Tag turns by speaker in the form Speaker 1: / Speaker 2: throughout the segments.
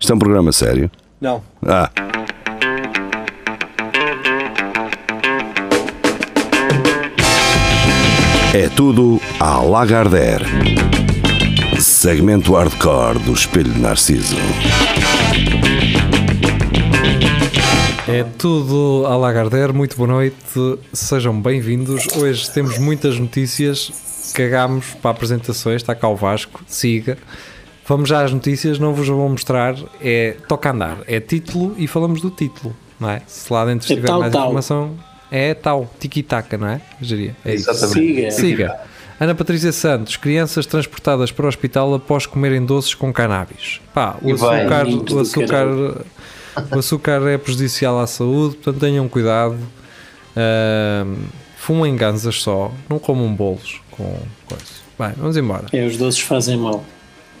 Speaker 1: Isto é um programa sério.
Speaker 2: Não.
Speaker 1: Ah, é tudo à Lagardère. Segmento hardcore do Espelho de Narciso.
Speaker 3: É tudo à Lagardère, muito boa noite, sejam bem-vindos. Hoje temos muitas notícias, cagámos para apresentações, está cá o Vasco, siga. Vamos já às notícias, não vos vou mostrar, é toca andar, é título e falamos do título, não é? Se lá dentro
Speaker 2: É
Speaker 3: estiver
Speaker 2: tal,
Speaker 3: mais
Speaker 2: tal.
Speaker 3: informação, é tal, tiki-taka, não é? Geria, é isso.
Speaker 2: Siga.
Speaker 3: Siga. Ana Patrícia Santos, crianças transportadas para o hospital após comerem doces com cannabis. Pá, o
Speaker 4: E vai,
Speaker 3: açúcar,
Speaker 2: muito
Speaker 3: o
Speaker 2: do
Speaker 3: açúcar, o açúcar é prejudicial à saúde, portanto tenham cuidado. Ahm, fumem ganzas só, não comam bolos com coisas. Bem, vamos embora.
Speaker 2: É, os doces fazem mal.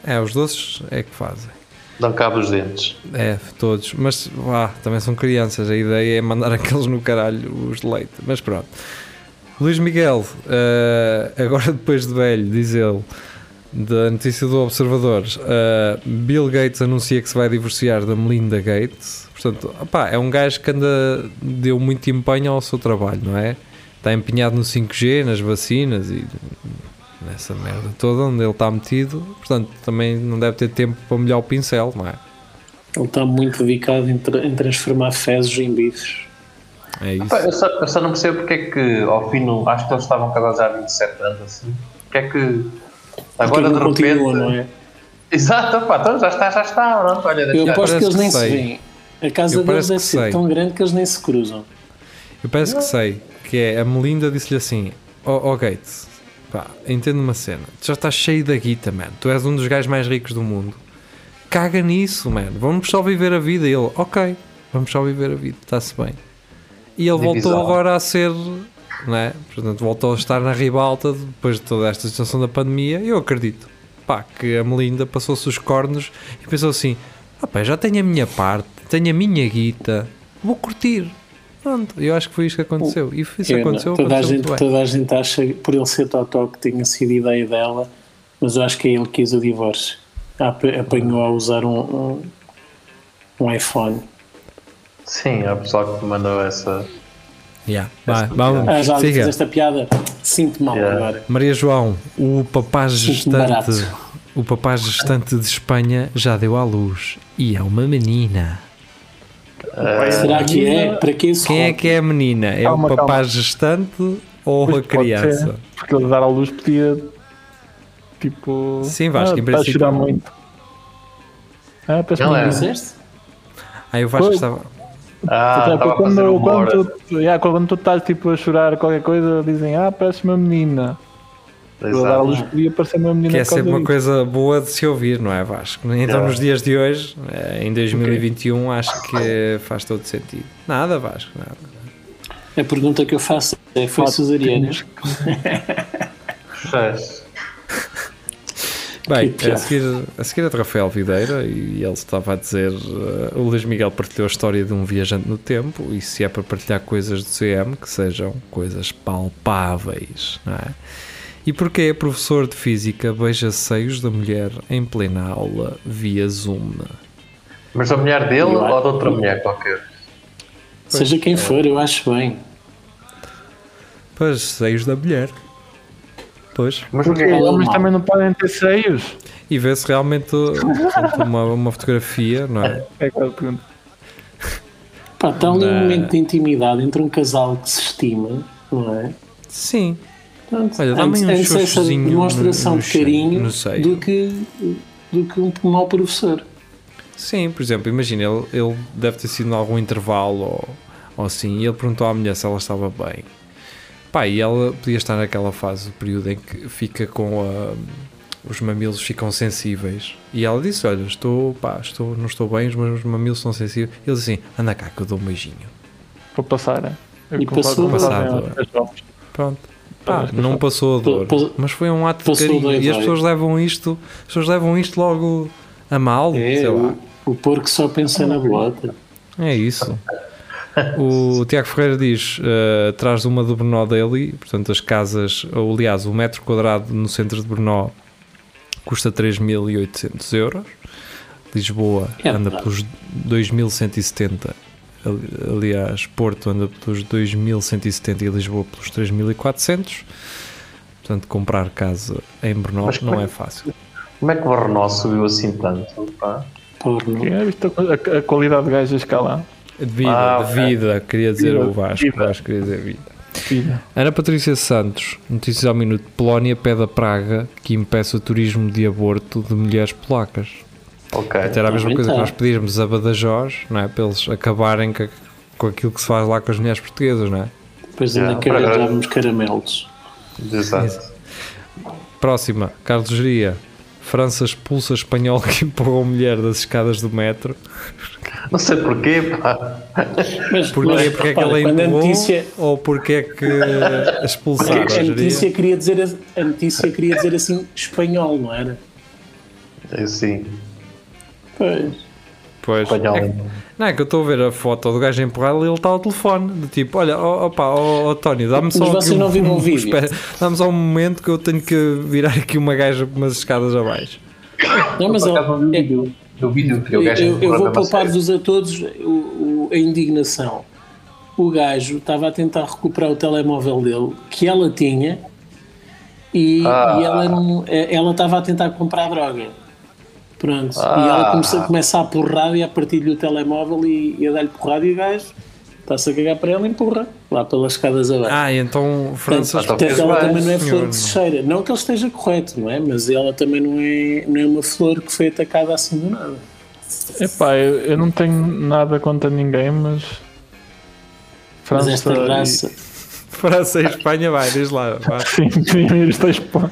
Speaker 3: É, os doces é que fazem.
Speaker 4: Dão cabo os dentes.
Speaker 3: É, todos. Mas vá, também são crianças. A ideia é mandar aqueles no caralho os de leite. Mas pronto. Luís Miguel, eh, agora depois de velho, diz ele, da notícia do Observador, eh, Bill Gates anuncia que se vai divorciar da Melinda Gates. Portanto, opá, é um gajo que anda, deu muito empenho ao seu trabalho, não é? Está empenhado no 5G, nas vacinas e nessa merda toda onde ele está metido. Portanto, também não deve ter tempo para molhar o pincel, não é?
Speaker 2: Ele está muito dedicado em, tra- em transformar fezes em bifes.
Speaker 3: É isso.
Speaker 4: Pá, Eu só, eu só não percebo porque é que ao fim, não- acho que eles estavam casados há 27 anos assim. Porque é que
Speaker 2: Porque
Speaker 4: agora
Speaker 2: ele
Speaker 4: de
Speaker 2: não
Speaker 4: repente.
Speaker 2: continua, não é?
Speaker 4: Exato, pá, então já está, já está. Pronto, olha,
Speaker 2: Eu
Speaker 4: já-
Speaker 2: aposto que
Speaker 3: parece
Speaker 2: eles
Speaker 3: que
Speaker 2: nem se
Speaker 3: sei.
Speaker 2: veem. A casa
Speaker 3: Eu
Speaker 2: deles
Speaker 3: parece
Speaker 2: deve
Speaker 3: que
Speaker 2: ser
Speaker 3: sei.
Speaker 2: tão grande que eles nem se cruzam.
Speaker 3: Eu penso que sei, que é a Melinda disse-lhe assim: Ó oh, Gates, pá, entendo uma cena, tu já estás cheio da guita, man. Tu és um dos gajos mais ricos do mundo. Caga nisso, man. Vamos só viver a vida. E ele, ok, vamos só viver a vida, está-se bem. E ele voltou
Speaker 4: Divisão.
Speaker 3: agora a ser, não é? Portanto, voltou a estar na ribalta depois de toda esta situação da pandemia. Eu acredito, pá, que a Melinda passou-se os cornos e pensou assim: ah, pá, já tenho a minha parte, tenho a minha guita, vou curtir. Pronto, eu acho que foi isto que aconteceu. E foi isso que
Speaker 2: Pena.
Speaker 3: aconteceu,
Speaker 2: É, toda, a
Speaker 3: aconteceu
Speaker 2: gente,
Speaker 3: muito bem.
Speaker 2: toda a gente acha, por ele ser Totó, que tinha sido ideia dela, mas eu acho que é ele que quis o divórcio. Ap- Apanhou a usar um, um, um iPhone.
Speaker 4: Sim, há pessoal que mandou essa.
Speaker 3: Yeah. Vai, vamos,
Speaker 2: Ah, já
Speaker 3: siga.
Speaker 2: fizeste esta piada? Sinto mal
Speaker 4: Yeah.
Speaker 2: agora.
Speaker 3: Maria João, o papá
Speaker 2: barato.
Speaker 3: gestante, o papá gestante de Espanha já deu à luz e é uma menina.
Speaker 4: Ah.
Speaker 2: Será que é? Para que isso?
Speaker 3: Quem é que é a menina? É
Speaker 5: Calma,
Speaker 3: o papá
Speaker 5: calma.
Speaker 3: gestante ou
Speaker 5: Pois
Speaker 3: a
Speaker 5: pode
Speaker 3: criança?
Speaker 5: ser, Porque ele dar à luz podia. Tipo.
Speaker 3: Sim, Vasco,
Speaker 5: ah,
Speaker 3: em
Speaker 5: está a
Speaker 3: princípio-
Speaker 5: chorar muito. Ah, peço
Speaker 4: Não
Speaker 5: muito.
Speaker 4: é?
Speaker 2: Dizeste?
Speaker 3: Aí eu acho que
Speaker 5: Pois.
Speaker 3: estava.
Speaker 4: Ah, estava
Speaker 5: Tipo,
Speaker 4: a fazer
Speaker 5: quando,
Speaker 4: humor.
Speaker 5: quando, tu, yeah, quando tu estás tipo, a chorar qualquer coisa, dizem: Ah, parece uma menina. Ele dar à
Speaker 4: Exato.
Speaker 5: luz podia parecer uma menina.
Speaker 3: Que é
Speaker 5: por causa
Speaker 3: sempre uma
Speaker 5: disso.
Speaker 3: coisa boa de se ouvir, não é, Vasco? Então,
Speaker 4: É.
Speaker 3: nos dias de hoje, eh, em 2021, acho que faz todo sentido. Nada, Vasco, nada.
Speaker 2: A pergunta que eu faço é: foi cesariana?
Speaker 4: Fez.
Speaker 3: Bem,
Speaker 2: Que
Speaker 3: a seguir, a seguir é de Rafael Videira e ele estava a dizer: eh, o Luís Miguel partilhou a história de um viajante no tempo e se é para partilhar coisas do CM, que sejam coisas palpáveis, não é? E porquê é professor de física beija seios da mulher em plena aula via Zoom?
Speaker 4: Mas a mulher dele ou de outra mulher qualquer?
Speaker 2: Seja quem for, eu acho bem.
Speaker 3: Pois, seios da mulher. Pois.
Speaker 4: Mas o que
Speaker 2: Ele é
Speaker 4: é?
Speaker 5: Mas
Speaker 2: mau.
Speaker 5: também não podem ter seios.
Speaker 3: E vê-se realmente eh, portanto, uma, uma fotografia, não é?
Speaker 5: É aquela pergunta.
Speaker 2: Pá, está ali um
Speaker 3: Não.
Speaker 2: momento de intimidade entre um casal que se estima, não é?
Speaker 3: Sim.
Speaker 2: Pronto,
Speaker 3: Olha, dá-me
Speaker 2: antes-
Speaker 3: um
Speaker 2: antes essa
Speaker 3: xoxozinho
Speaker 2: demonstração
Speaker 3: no- no
Speaker 2: de
Speaker 3: seio,
Speaker 2: carinho
Speaker 3: no seio.
Speaker 2: do que, do que um mau professor.
Speaker 3: Sim, por exemplo, imagina, ele, ele deve ter sido em algum intervalo ou, ou assim, e ele perguntou à mulher se ela estava bem. Pá, e ela podia estar naquela fase do período em que fica com a- os mamilos ficam sensíveis. E ela disse: Olha, estou, pá, estou, não estou bem, os meus mamilos são sensíveis. Ele disse assim: Anda cá, que eu dou um beijinho.
Speaker 5: Para passar. é? Eu
Speaker 2: E
Speaker 5: concordo
Speaker 2: passou.
Speaker 5: com o Rafael.
Speaker 3: Pronto. Pá, não passou a dor,
Speaker 2: Passou-
Speaker 3: mas foi um ato de
Speaker 2: passou a
Speaker 3: carinho.
Speaker 2: dor,
Speaker 3: E as
Speaker 2: vai.
Speaker 3: pessoas levam isto, as pessoas levam isto logo a mal,
Speaker 2: É,
Speaker 3: sei lá.
Speaker 2: o, o porco só pensa na bolota.
Speaker 3: É isso. O Tiago Ferreira diz: eh, atrás de uma do Brno dele, portanto, as casas, ou, aliás, o metro quadrado no centro de Brno custa 3.800 euros. Lisboa
Speaker 2: É
Speaker 3: anda
Speaker 2: verdade.
Speaker 3: pelos 2170. Ali- Aliás, Porto anda pelos 2170 e Lisboa pelos 3400. Portanto, comprar casa em Brno
Speaker 4: Mas
Speaker 3: não
Speaker 4: como-
Speaker 3: é fácil.
Speaker 4: Como é que o Renault subiu assim tanto? Pá?
Speaker 2: Porno.
Speaker 5: É, visto a, a qualidade de é gajas cá lá.
Speaker 3: Vida,
Speaker 4: Ah,
Speaker 3: de
Speaker 4: ok.
Speaker 3: vida, queria dizer
Speaker 5: Vida,
Speaker 3: o Vasco,
Speaker 5: vida.
Speaker 3: o Vasco queria dizer vida.
Speaker 5: Filha.
Speaker 3: Ana Patrícia Santos, notícias ao minuto. Polónia pede a praga que impeça o turismo de aborto de mulheres polacas.
Speaker 4: Ok.
Speaker 3: Até era a mesma
Speaker 2: Também
Speaker 3: coisa que
Speaker 2: tá.
Speaker 3: nós pedíamos a Badajoz, não é? Para eles acabarem com, com aquilo que se faz lá com as mulheres portuguesas, não é?
Speaker 2: Depois
Speaker 4: Yeah,
Speaker 2: ainda
Speaker 4: para agora.
Speaker 2: carregávamos caramelos.
Speaker 4: Exato.
Speaker 3: Próxima, Carlos Geria. França expulsa espanhol que empurrou a mulher das escadas do metro.
Speaker 4: Não sei porquê, pá.
Speaker 2: Mas,
Speaker 3: Porquê?
Speaker 2: mas,
Speaker 3: Porque é que
Speaker 2: repara,
Speaker 3: ela
Speaker 2: quando a
Speaker 3: empurrou
Speaker 2: notícia,
Speaker 3: ou porque é que a
Speaker 2: porque
Speaker 3: expulsaram
Speaker 2: é que
Speaker 3: a
Speaker 2: a
Speaker 3: Geria?
Speaker 2: notícia queria dizer a- a notícia queria dizer assim espanhol, não era?
Speaker 4: É Sim.
Speaker 2: Pois.
Speaker 3: Pois.
Speaker 4: Espanhol.
Speaker 3: É que- não, é que eu estou a ver a foto do gajo a empurrar e ele está ao telefone. Do tipo, olha, ó opa, ó ó, Tony, dá-me só.
Speaker 2: Mas
Speaker 3: aqui
Speaker 2: vocês
Speaker 3: um-
Speaker 2: não viram o vídeo?
Speaker 3: espera, dá-me só um momento que eu tenho que virar aqui uma gaja por umas escadas abaixo.
Speaker 2: Não, mas
Speaker 4: Por
Speaker 2: ó,
Speaker 4: acaso,
Speaker 2: é-
Speaker 4: Eu vi do que
Speaker 2: eu,
Speaker 4: o gajo
Speaker 2: eu vou
Speaker 4: empurrou na
Speaker 2: poupar-vos a todos o- o- a indignação. O gajo estava a tentar recuperar o telemóvel dele que ela tinha e,
Speaker 4: Ah.
Speaker 2: e ela não- eh, ela estava a tentar comprar droga. Pronto.
Speaker 4: Ah.
Speaker 2: E ela começa, começa a porrada e a partir-lhe o telemóvel e, e a dar-lhe porrada e o gajo está-se a cagar para ela e empurra lá pelas escadas abaixo.
Speaker 3: Ah, então França.
Speaker 4: Portanto,
Speaker 2: Portanto, ela
Speaker 4: Ah, Bem,
Speaker 2: também não é
Speaker 3: senhor,
Speaker 2: flor que se cheira. Não que ele esteja correto, não é? Mas ela também não é, não é uma flor que foi atacada assim do nada.
Speaker 5: Epá, eu, eu não tenho nada contra ninguém, mas.
Speaker 2: Mas
Speaker 5: França.
Speaker 2: esta
Speaker 5: e-
Speaker 2: graça.
Speaker 3: França e Espanha, vai, diz lá.
Speaker 2: Ah,
Speaker 3: Vai.
Speaker 5: Sim, queria ir os dois pela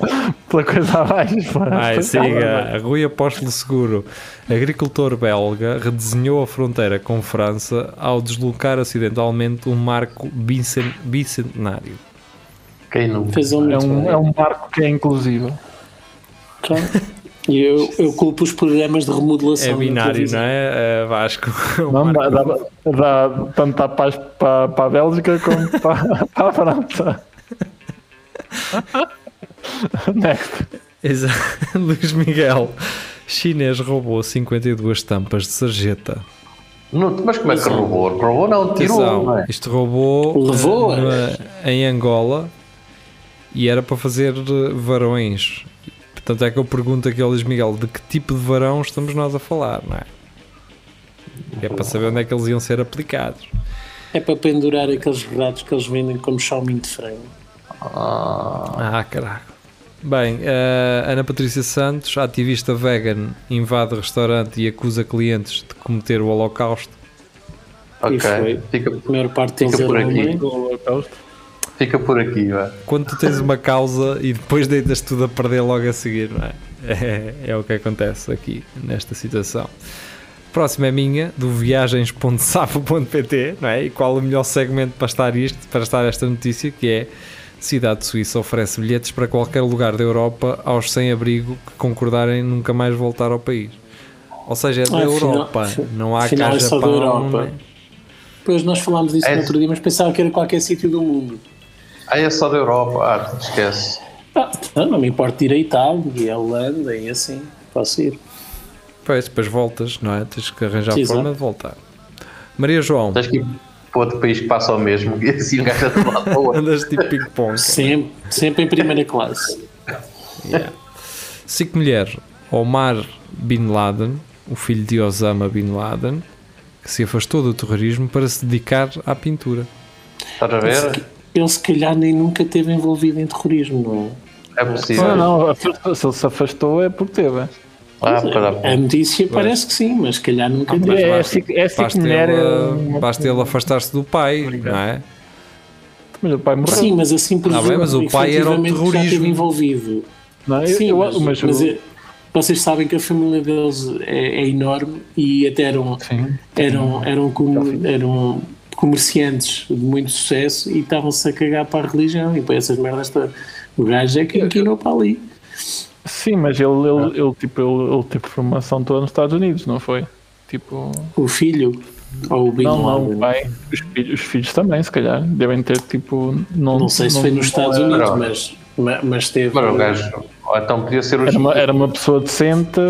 Speaker 5: pela coisa abaixo. pá.
Speaker 3: Ai, siga. Rui Apóstolo Seguro, agricultor belga, redesenhou a fronteira com França ao deslocar acidentalmente um marco bicen- bicentenário.
Speaker 4: Quem não?
Speaker 2: Fez um
Speaker 5: É
Speaker 2: muito
Speaker 5: um,
Speaker 2: bem.
Speaker 5: é um barco que é inclusivo.
Speaker 2: Claro. E eu, eu culpo os programas de remodelação.
Speaker 3: É
Speaker 2: da
Speaker 3: binário,
Speaker 2: televisão.
Speaker 3: não é, eh, Vasco? Um
Speaker 5: Não,
Speaker 3: marco-
Speaker 5: dá, dá, dá tanto a paz para, para a Bélgica como para, para a França. Next.
Speaker 3: Exato. Luís Miguel, chinês roubou 52 tampas de sarjeta.
Speaker 4: Não, mas como é que roubou? Roubou não, tirou. não
Speaker 3: Atenção,
Speaker 4: é?
Speaker 3: isto roubou
Speaker 2: Levou-as.
Speaker 3: eh, na- em Angola e era para fazer eh, varões. Portanto, é que eu pergunto aqui ao Luís Miguel de que tipo de varão estamos nós a falar, não é? É para saber onde é que eles iam ser aplicados.
Speaker 2: É para pendurar aqueles ratos que eles vendem como chauminho de frango.
Speaker 3: Ah, caraca. Bem, eh, Ana Patrícia Santos, ativista vegan, invade restaurante e acusa clientes de cometer o holocausto.
Speaker 2: E foi.
Speaker 4: Ok. Fica,
Speaker 2: A maior parte deles é
Speaker 4: Fica por
Speaker 2: era
Speaker 4: aqui.
Speaker 2: alemães.
Speaker 4: fica por aqui, vá.
Speaker 3: Quando tu tens uma causa e depois deitas tudo a perder logo a seguir, não é? É, é o que acontece aqui nesta situação. Próxima é minha, do viagens.sapo.pt, não é? E qual o melhor segmento para estar isto, para estar esta notícia, que é Cidade Suíça oferece bilhetes para qualquer lugar da Europa aos sem-abrigo que concordarem em nunca mais voltar ao país. Ou seja, é da
Speaker 2: Ah, afinal-
Speaker 3: Europa, não há
Speaker 2: afinal é
Speaker 3: cá
Speaker 2: só da
Speaker 3: Japão,
Speaker 2: Europa.
Speaker 3: nem-
Speaker 2: Depois nós falámos disso
Speaker 4: É.
Speaker 2: no outro dia, mas pensava que era qualquer sítio do mundo.
Speaker 4: Ah, é só da Europa. Ah, tu te esquece.
Speaker 2: Ah, não, não me importa ir a Itália, a Holanda e assim. Posso ir.
Speaker 3: Pois, depois voltas, não é? Tens que arranjar
Speaker 2: Sim,
Speaker 3: forma
Speaker 2: exato.
Speaker 3: de voltar. Maria João,
Speaker 4: Tens que ir para outro país que passa ao mesmo. E assim o gajo é de lado para o outro.
Speaker 3: andas tipo ping-pong.
Speaker 2: Sempre, sempre em primeira classe.
Speaker 3: Cinco mulheres. Omar Bin Laden, o filho de Osama Bin Laden, que se afastou do terrorismo para se dedicar à pintura.
Speaker 4: Estás a ver?
Speaker 2: Ele se calhar nem nunca esteve envolvido em terrorismo, não é?
Speaker 4: É possível.
Speaker 5: Não, não, afastou- se ele se afastou é porque teve.
Speaker 4: Ah, para-
Speaker 2: a notícia parece que sim, mas se calhar nunca teve.
Speaker 5: É,
Speaker 3: basta-
Speaker 5: cinco- é cinco
Speaker 3: basta
Speaker 5: mulher,
Speaker 3: ele,
Speaker 5: é uma-
Speaker 3: basta ele afastar-se do pai, não é?
Speaker 5: Mas o pai morreu.
Speaker 2: Sim, mas assim por
Speaker 3: Ah, bem, mas o pai era o
Speaker 2: efetivamente, Já
Speaker 3: terrorismo.
Speaker 2: esteve envolvido.
Speaker 5: não é? Eu-
Speaker 2: Sim,
Speaker 5: eu-
Speaker 2: mas,
Speaker 5: mas o-
Speaker 2: mas é- vocês sabem que a família deles é, é enorme e até eram,
Speaker 5: Sim.
Speaker 2: eram, eram, com- eram comerciantes de muito sucesso e estavam-se a cagar para a religião e para essas merdas todas. O gajo é que inquinou para ali.
Speaker 5: Sim, mas ele, ele, ele, tipo, ele, ele teve formação toda nos Estados Unidos, não foi? Tipo.
Speaker 2: O filho ou o Bin
Speaker 5: Não, não,
Speaker 2: Laden.
Speaker 5: o pai. Os filhos, os filhos também, se calhar. Devem ter, tipo. Não,
Speaker 2: Não sei se foi nos Estados
Speaker 5: era-
Speaker 2: Unidos,
Speaker 4: era-
Speaker 2: mas, ma- mas teve.
Speaker 4: Mas o gajo. ou Então podia ser os.
Speaker 5: Era uma, era uma pessoa decente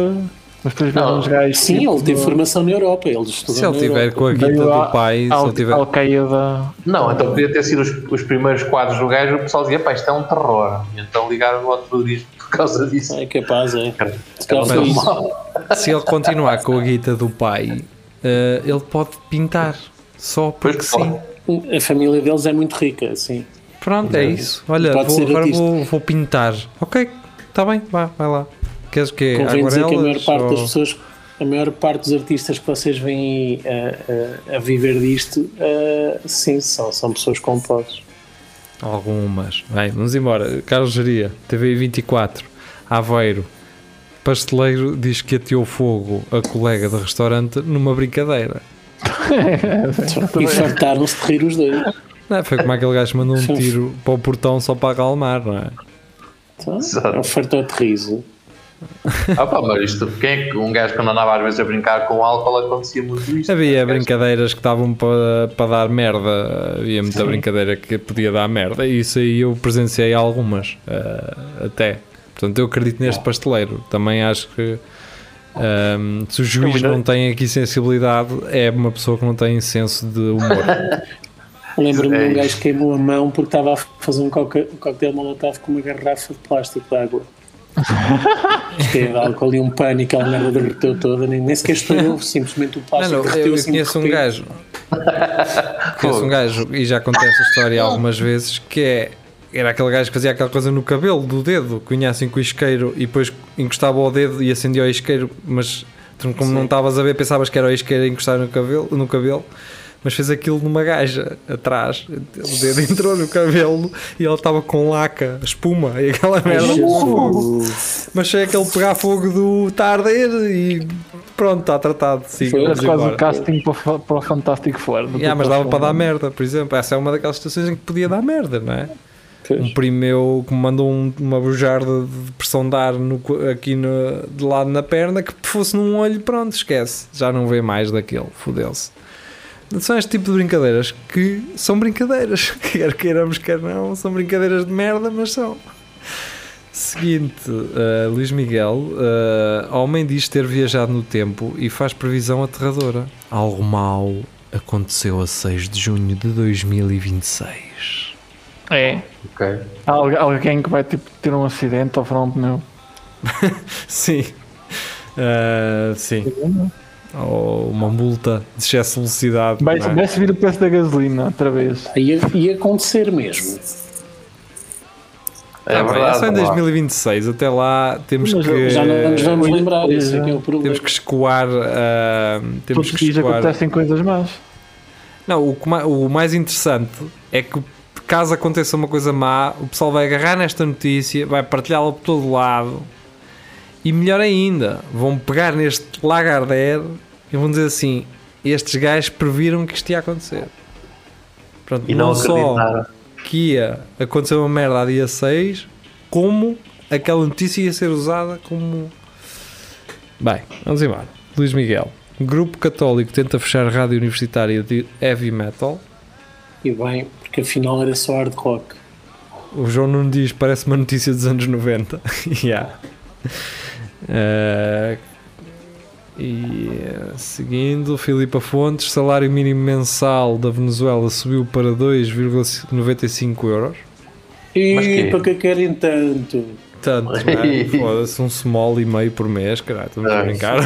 Speaker 5: Mas depois vês
Speaker 4: Não,
Speaker 5: uns gajos.
Speaker 2: Ah, Sim,
Speaker 5: tipo,
Speaker 2: ele teve formação na Europa, ele estudou
Speaker 3: Se ele
Speaker 2: na
Speaker 3: tiver
Speaker 2: Europa.
Speaker 3: com a guita
Speaker 5: veio a-
Speaker 3: do Tipo, pai, se
Speaker 5: Al-
Speaker 3: ele tiver.
Speaker 5: Al-Qaeda.
Speaker 4: Não, então podia ter sido os, os primeiros quadros do gajo, o pessoal dizia, pá, isto é um terror. E então ligaram ao terrorismo por causa disso.
Speaker 2: É capaz, é.
Speaker 4: Cara,
Speaker 2: Se calhar
Speaker 3: Mas-
Speaker 2: foi isso.
Speaker 3: Se ele continuar com a guita do pai, eh, ele pode pintar. Só
Speaker 4: Pois
Speaker 3: porque sim.
Speaker 4: pode.
Speaker 2: A família deles é muito rica, sim.
Speaker 3: Pronto, é isso. Olha,
Speaker 2: Pode
Speaker 3: vou-
Speaker 2: ser
Speaker 3: agora
Speaker 2: artista.
Speaker 3: vou, vou pintar. Ok, está bem, vá, vai lá. Queres o quê?
Speaker 2: Convém dizer que a maior
Speaker 3: Aguarelas?
Speaker 2: parte das
Speaker 3: ou-
Speaker 2: pessoas, a maior parte dos artistas que vocês vêm eh, a, a- a viver disto, ah, sim, são, são pessoas com posses.
Speaker 3: Algumas. Bem, vamos embora. Carlos Geria, TV 24, Aveiro. Pasteleiro diz que ateou fogo a colega de restaurante numa brincadeira.
Speaker 5: Então,
Speaker 2: E fartaram-se de rir os dois.
Speaker 3: Não é? Foi como aquele gajo que mandou um tiro para o portão só para acalmar, não é?
Speaker 2: Então,
Speaker 4: Exato.
Speaker 2: é um fartou de riso.
Speaker 4: Ah, pá, mas isto, quem é que um gajo quando andava às vezes a brincar com álcool acontecia muito isto? é né?
Speaker 3: Havia
Speaker 4: Os gajos-
Speaker 3: brincadeiras que estavam para, para dar merda, havia muita brincadeira que podia dar merda, e isso aí eu presenciei algumas ah, até. Portanto, eu acredito neste pasteleiro. Também acho que ahm, se o juiz
Speaker 4: Combinado.
Speaker 3: não tem aqui sensibilidade, é uma pessoa que não tem senso de humor.
Speaker 2: Lembro-me de
Speaker 4: É
Speaker 2: um
Speaker 4: isso.
Speaker 2: gajo que queimou a mão porque estava a fazer um coca- um coquetel molotov com uma garrafa de plástico de água. Teve álcool e um pânico, a merda derreteu toda, nem, nem sequer estourou, simplesmente o
Speaker 3: Não,
Speaker 2: plástico
Speaker 3: não, eu,
Speaker 2: derreteu
Speaker 3: eu
Speaker 2: assim de
Speaker 3: conheço um
Speaker 2: repente.
Speaker 3: gajo. Conheço um gajo, e já contei esta história algumas vezes, que é. Era aquele gajo que fazia aquela coisa no cabelo do dedo, que vinha assim com o isqueiro e depois encostava ao dedo e acendia o isqueiro, mas tu, como não estavas a ver, pensavas que era o isqueiro a encostar no cabelo, no cabelo, mas fez aquilo numa gaja atrás. O dedo entrou no cabelo e ela estava com laca, espuma e aquela merda. Mas sei aquele pegar fogo do está a arder e pronto, está tratado. Siga,
Speaker 5: Era
Speaker 3: vamos
Speaker 5: quase um
Speaker 3: embora.
Speaker 5: o casting para o fa- para o Fantastic Four. do
Speaker 3: Yeah,
Speaker 5: que
Speaker 3: mas
Speaker 5: estás
Speaker 3: dava para dar
Speaker 5: falando.
Speaker 3: merda, por exemplo. Essa é uma daquelas situações em que podia dar merda, não é?
Speaker 2: Pois.
Speaker 3: Um primo meu que me mandou um- uma bujarda de pressão de ar no co- aqui no, de lado na perna que fosse num olho, pronto, esquece. Já não vê mais daquele, fodeu-se. São este tipo de brincadeiras que são brincadeiras, quer queiramos, quer não, são brincadeiras de merda, mas são. Seguinte, eh, Luís Miguel, eh, homem diz ter viajado no tempo e faz previsão aterradora. Algo mau aconteceu a 6 de junho de 2026.
Speaker 5: É.
Speaker 4: Ok.
Speaker 5: Há algu- alguém que vai tipo, ter um acidente ou falar um pneu.
Speaker 3: Sim. Eh, sim. Ou uma multa de excesso de velocidade.
Speaker 5: Vai,
Speaker 3: não é?
Speaker 5: vai subir o preço da gasolina outra vez.
Speaker 2: Ia, ia acontecer mesmo.
Speaker 4: É
Speaker 3: Ah, bem, é
Speaker 4: verdade.
Speaker 3: só em
Speaker 4: vá.
Speaker 3: 2026. Até lá temos
Speaker 5: Mas
Speaker 3: que.
Speaker 2: Já não nos vamos lembrar, isso é
Speaker 5: já.
Speaker 2: que é o problema.
Speaker 3: Temos que escoar. ah, temos
Speaker 5: Todos os
Speaker 3: que
Speaker 5: dias
Speaker 3: escoar.
Speaker 5: acontecem coisas más.
Speaker 3: Não, o, que ma- o mais interessante é que caso aconteça uma coisa má, o pessoal vai agarrar nesta notícia, vai partilhá-la por todo lado e melhor ainda, vão pegar neste Lagardère e vão dizer assim: estes gajos previram que isto ia acontecer. Pronto,
Speaker 4: E não,
Speaker 3: um só
Speaker 4: acreditaram.
Speaker 3: que ia acontecer uma merda a dia 6, como aquela notícia ia ser usada como. Bem, vamos embora. Luís Miguel. Grupo católico tenta fechar rádio universitária de heavy metal.
Speaker 2: E bem, porque afinal era só hard rock.
Speaker 3: O João Nuno diz: parece uma notícia dos anos 90. yeah. Eh, e eh, seguindo, Filipa Fontes: salário mínimo mensal da Venezuela subiu para 2,95 euros.
Speaker 4: Mas
Speaker 2: E
Speaker 4: quê?
Speaker 2: para que querem tanto?
Speaker 3: Tanto, né? foda-se, um small e meio por mês, caralho, estamos a
Speaker 4: Ah,
Speaker 3: brincar.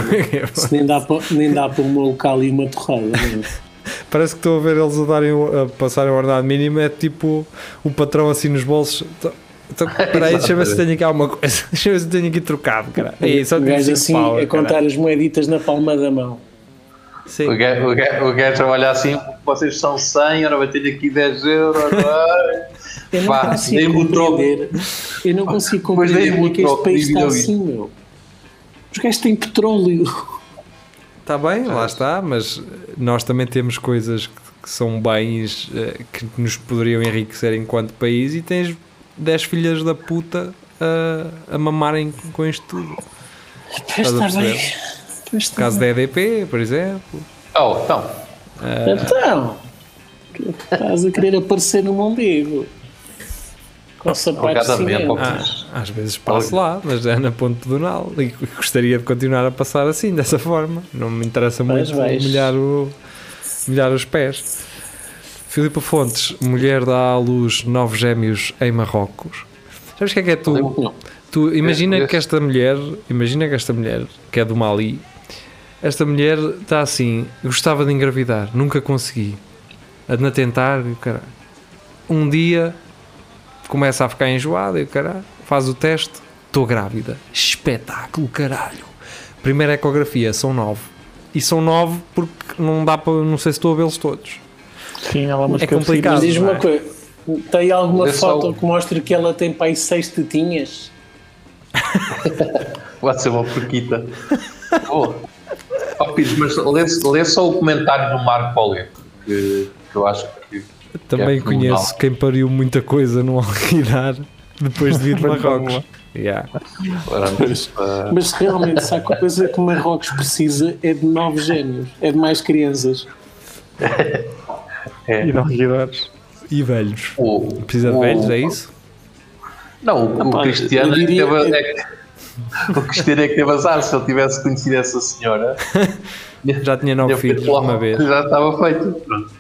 Speaker 2: Se nem dá para, nem dá para um local e uma torrada. não é?
Speaker 3: Parece que estou a ver eles a, darem, o- a passarem o ordenado mínimo, é tipo o patrão assim nos bolsos. Então, então, Espera aí, deixa eu ver se tenho aqui alguma coisa. Deixa eu ver se tenho aqui trocado, cara. Aí, só
Speaker 2: Um
Speaker 3: tenho
Speaker 2: gajo
Speaker 3: cinco
Speaker 2: assim
Speaker 3: pau,
Speaker 2: a
Speaker 3: caralho.
Speaker 2: contar as moeditas na palma da mão.
Speaker 3: Sim.
Speaker 4: O gajo- o gajo- o gajo trabalha assim, vocês são 100, ora vai ter aqui 10 euros. ai.
Speaker 2: Eu não
Speaker 4: Vá,
Speaker 2: consigo
Speaker 4: dê-me o troco.
Speaker 2: compreender. Eu não consigo
Speaker 4: Pois
Speaker 2: compreender
Speaker 4: dê-me o
Speaker 2: como é que este
Speaker 4: troco,
Speaker 2: país está
Speaker 4: dividam-me.
Speaker 2: assim, meu. Os gajos têm petróleo.
Speaker 3: Está tá bem, lá está, mas nós também temos coisas que, que são bens eh, que nos poderiam enriquecer enquanto país e tens 10 filhas da puta a, a mamarem com isto tudo.
Speaker 2: Pois
Speaker 3: a
Speaker 2: está
Speaker 3: perceber?
Speaker 2: bem. Pois
Speaker 3: No
Speaker 2: está
Speaker 3: caso da EDP, por exemplo.
Speaker 4: Oh, então,
Speaker 2: bem. Então, estás a querer aparecer no mundo com sapatos de
Speaker 4: Obrigadamente,
Speaker 2: cimento.
Speaker 3: Ah, às vezes passo lá, mas é na ponte do Nal e gostaria de continuar a passar assim, dessa forma. Não me interessa
Speaker 2: Mas
Speaker 3: muito
Speaker 2: vais.
Speaker 3: molhar, o, molhar os pés. Filipa Fontes, mulher dá à luz nove gêmeos em Marrocos. Sabes o que é que é tu?
Speaker 4: Não.
Speaker 3: Tu imagina
Speaker 4: Esse-
Speaker 3: que esta mulher, imagina que esta mulher, que é do Mali, esta mulher está assim, gostava de engravidar, nunca consegui. Anda a tentar e o caralho. Um dia começa a ficar enjoada e o caralho, faz o teste, estou grávida. Espetáculo, caralho. Primeira ecografia, são nove. E são nove porque não dá para, não sei se estou a vê-los todos.
Speaker 5: Sim, ela
Speaker 3: É
Speaker 5: mas
Speaker 3: complicado.
Speaker 2: Mas diz-me
Speaker 3: não
Speaker 2: uma
Speaker 3: é?
Speaker 2: coisa: tem alguma
Speaker 4: Vê só
Speaker 2: foto
Speaker 4: o-
Speaker 2: que mostre que ela tem para aí seis tetinhas?
Speaker 4: Pode ser uma porquita. oh. Oh, Pires, mas lê, lê só o comentário do Marco Pauleto, que, que eu acho que.
Speaker 3: Também
Speaker 4: É fenomenal.
Speaker 3: conheço quem pariu muita coisa no Alguidar depois de vir de Marrocos. Yeah.
Speaker 4: Ora, ah,
Speaker 2: Mas realmente, se há coisa que Marrocos precisa é de novos génios, é de mais crianças.
Speaker 5: E não giros.
Speaker 3: E velhos.
Speaker 4: o,
Speaker 3: Precisa de
Speaker 4: o-
Speaker 3: velhos, é isso?
Speaker 4: Não, o,
Speaker 2: pá,
Speaker 4: o Cristiano
Speaker 2: eu
Speaker 4: é que
Speaker 2: diria-
Speaker 4: teve, é que- o Cristiano é que teve azar. Se ele tivesse conhecido essa senhora,
Speaker 3: Já tinha nove
Speaker 4: tinha feito
Speaker 3: filhos
Speaker 4: logo,
Speaker 3: uma vez.
Speaker 4: já estava feito. Pronto.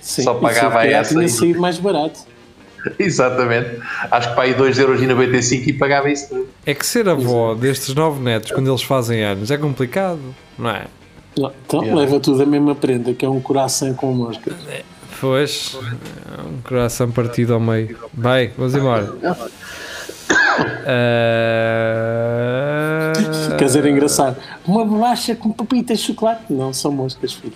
Speaker 2: Sim,
Speaker 4: Só
Speaker 2: e se
Speaker 4: pagava
Speaker 2: calhar
Speaker 4: essa
Speaker 2: tinha
Speaker 4: aí.
Speaker 2: saído mais barato.
Speaker 4: Exatamente. Acho que para aí 2,95€ e pagava isso tudo.
Speaker 3: É que ser avó destes nove netos quando eles fazem anos é complicado, não é?
Speaker 2: Não, então leva tudo a mesma prenda, que é um coração com mosca.
Speaker 3: Pois, é um coração partido ao meio. Bem, vamos embora. Ah,
Speaker 2: Quer dizer, engraçado. Uma bolacha com papitas de chocolate? Não, são moscas, filho.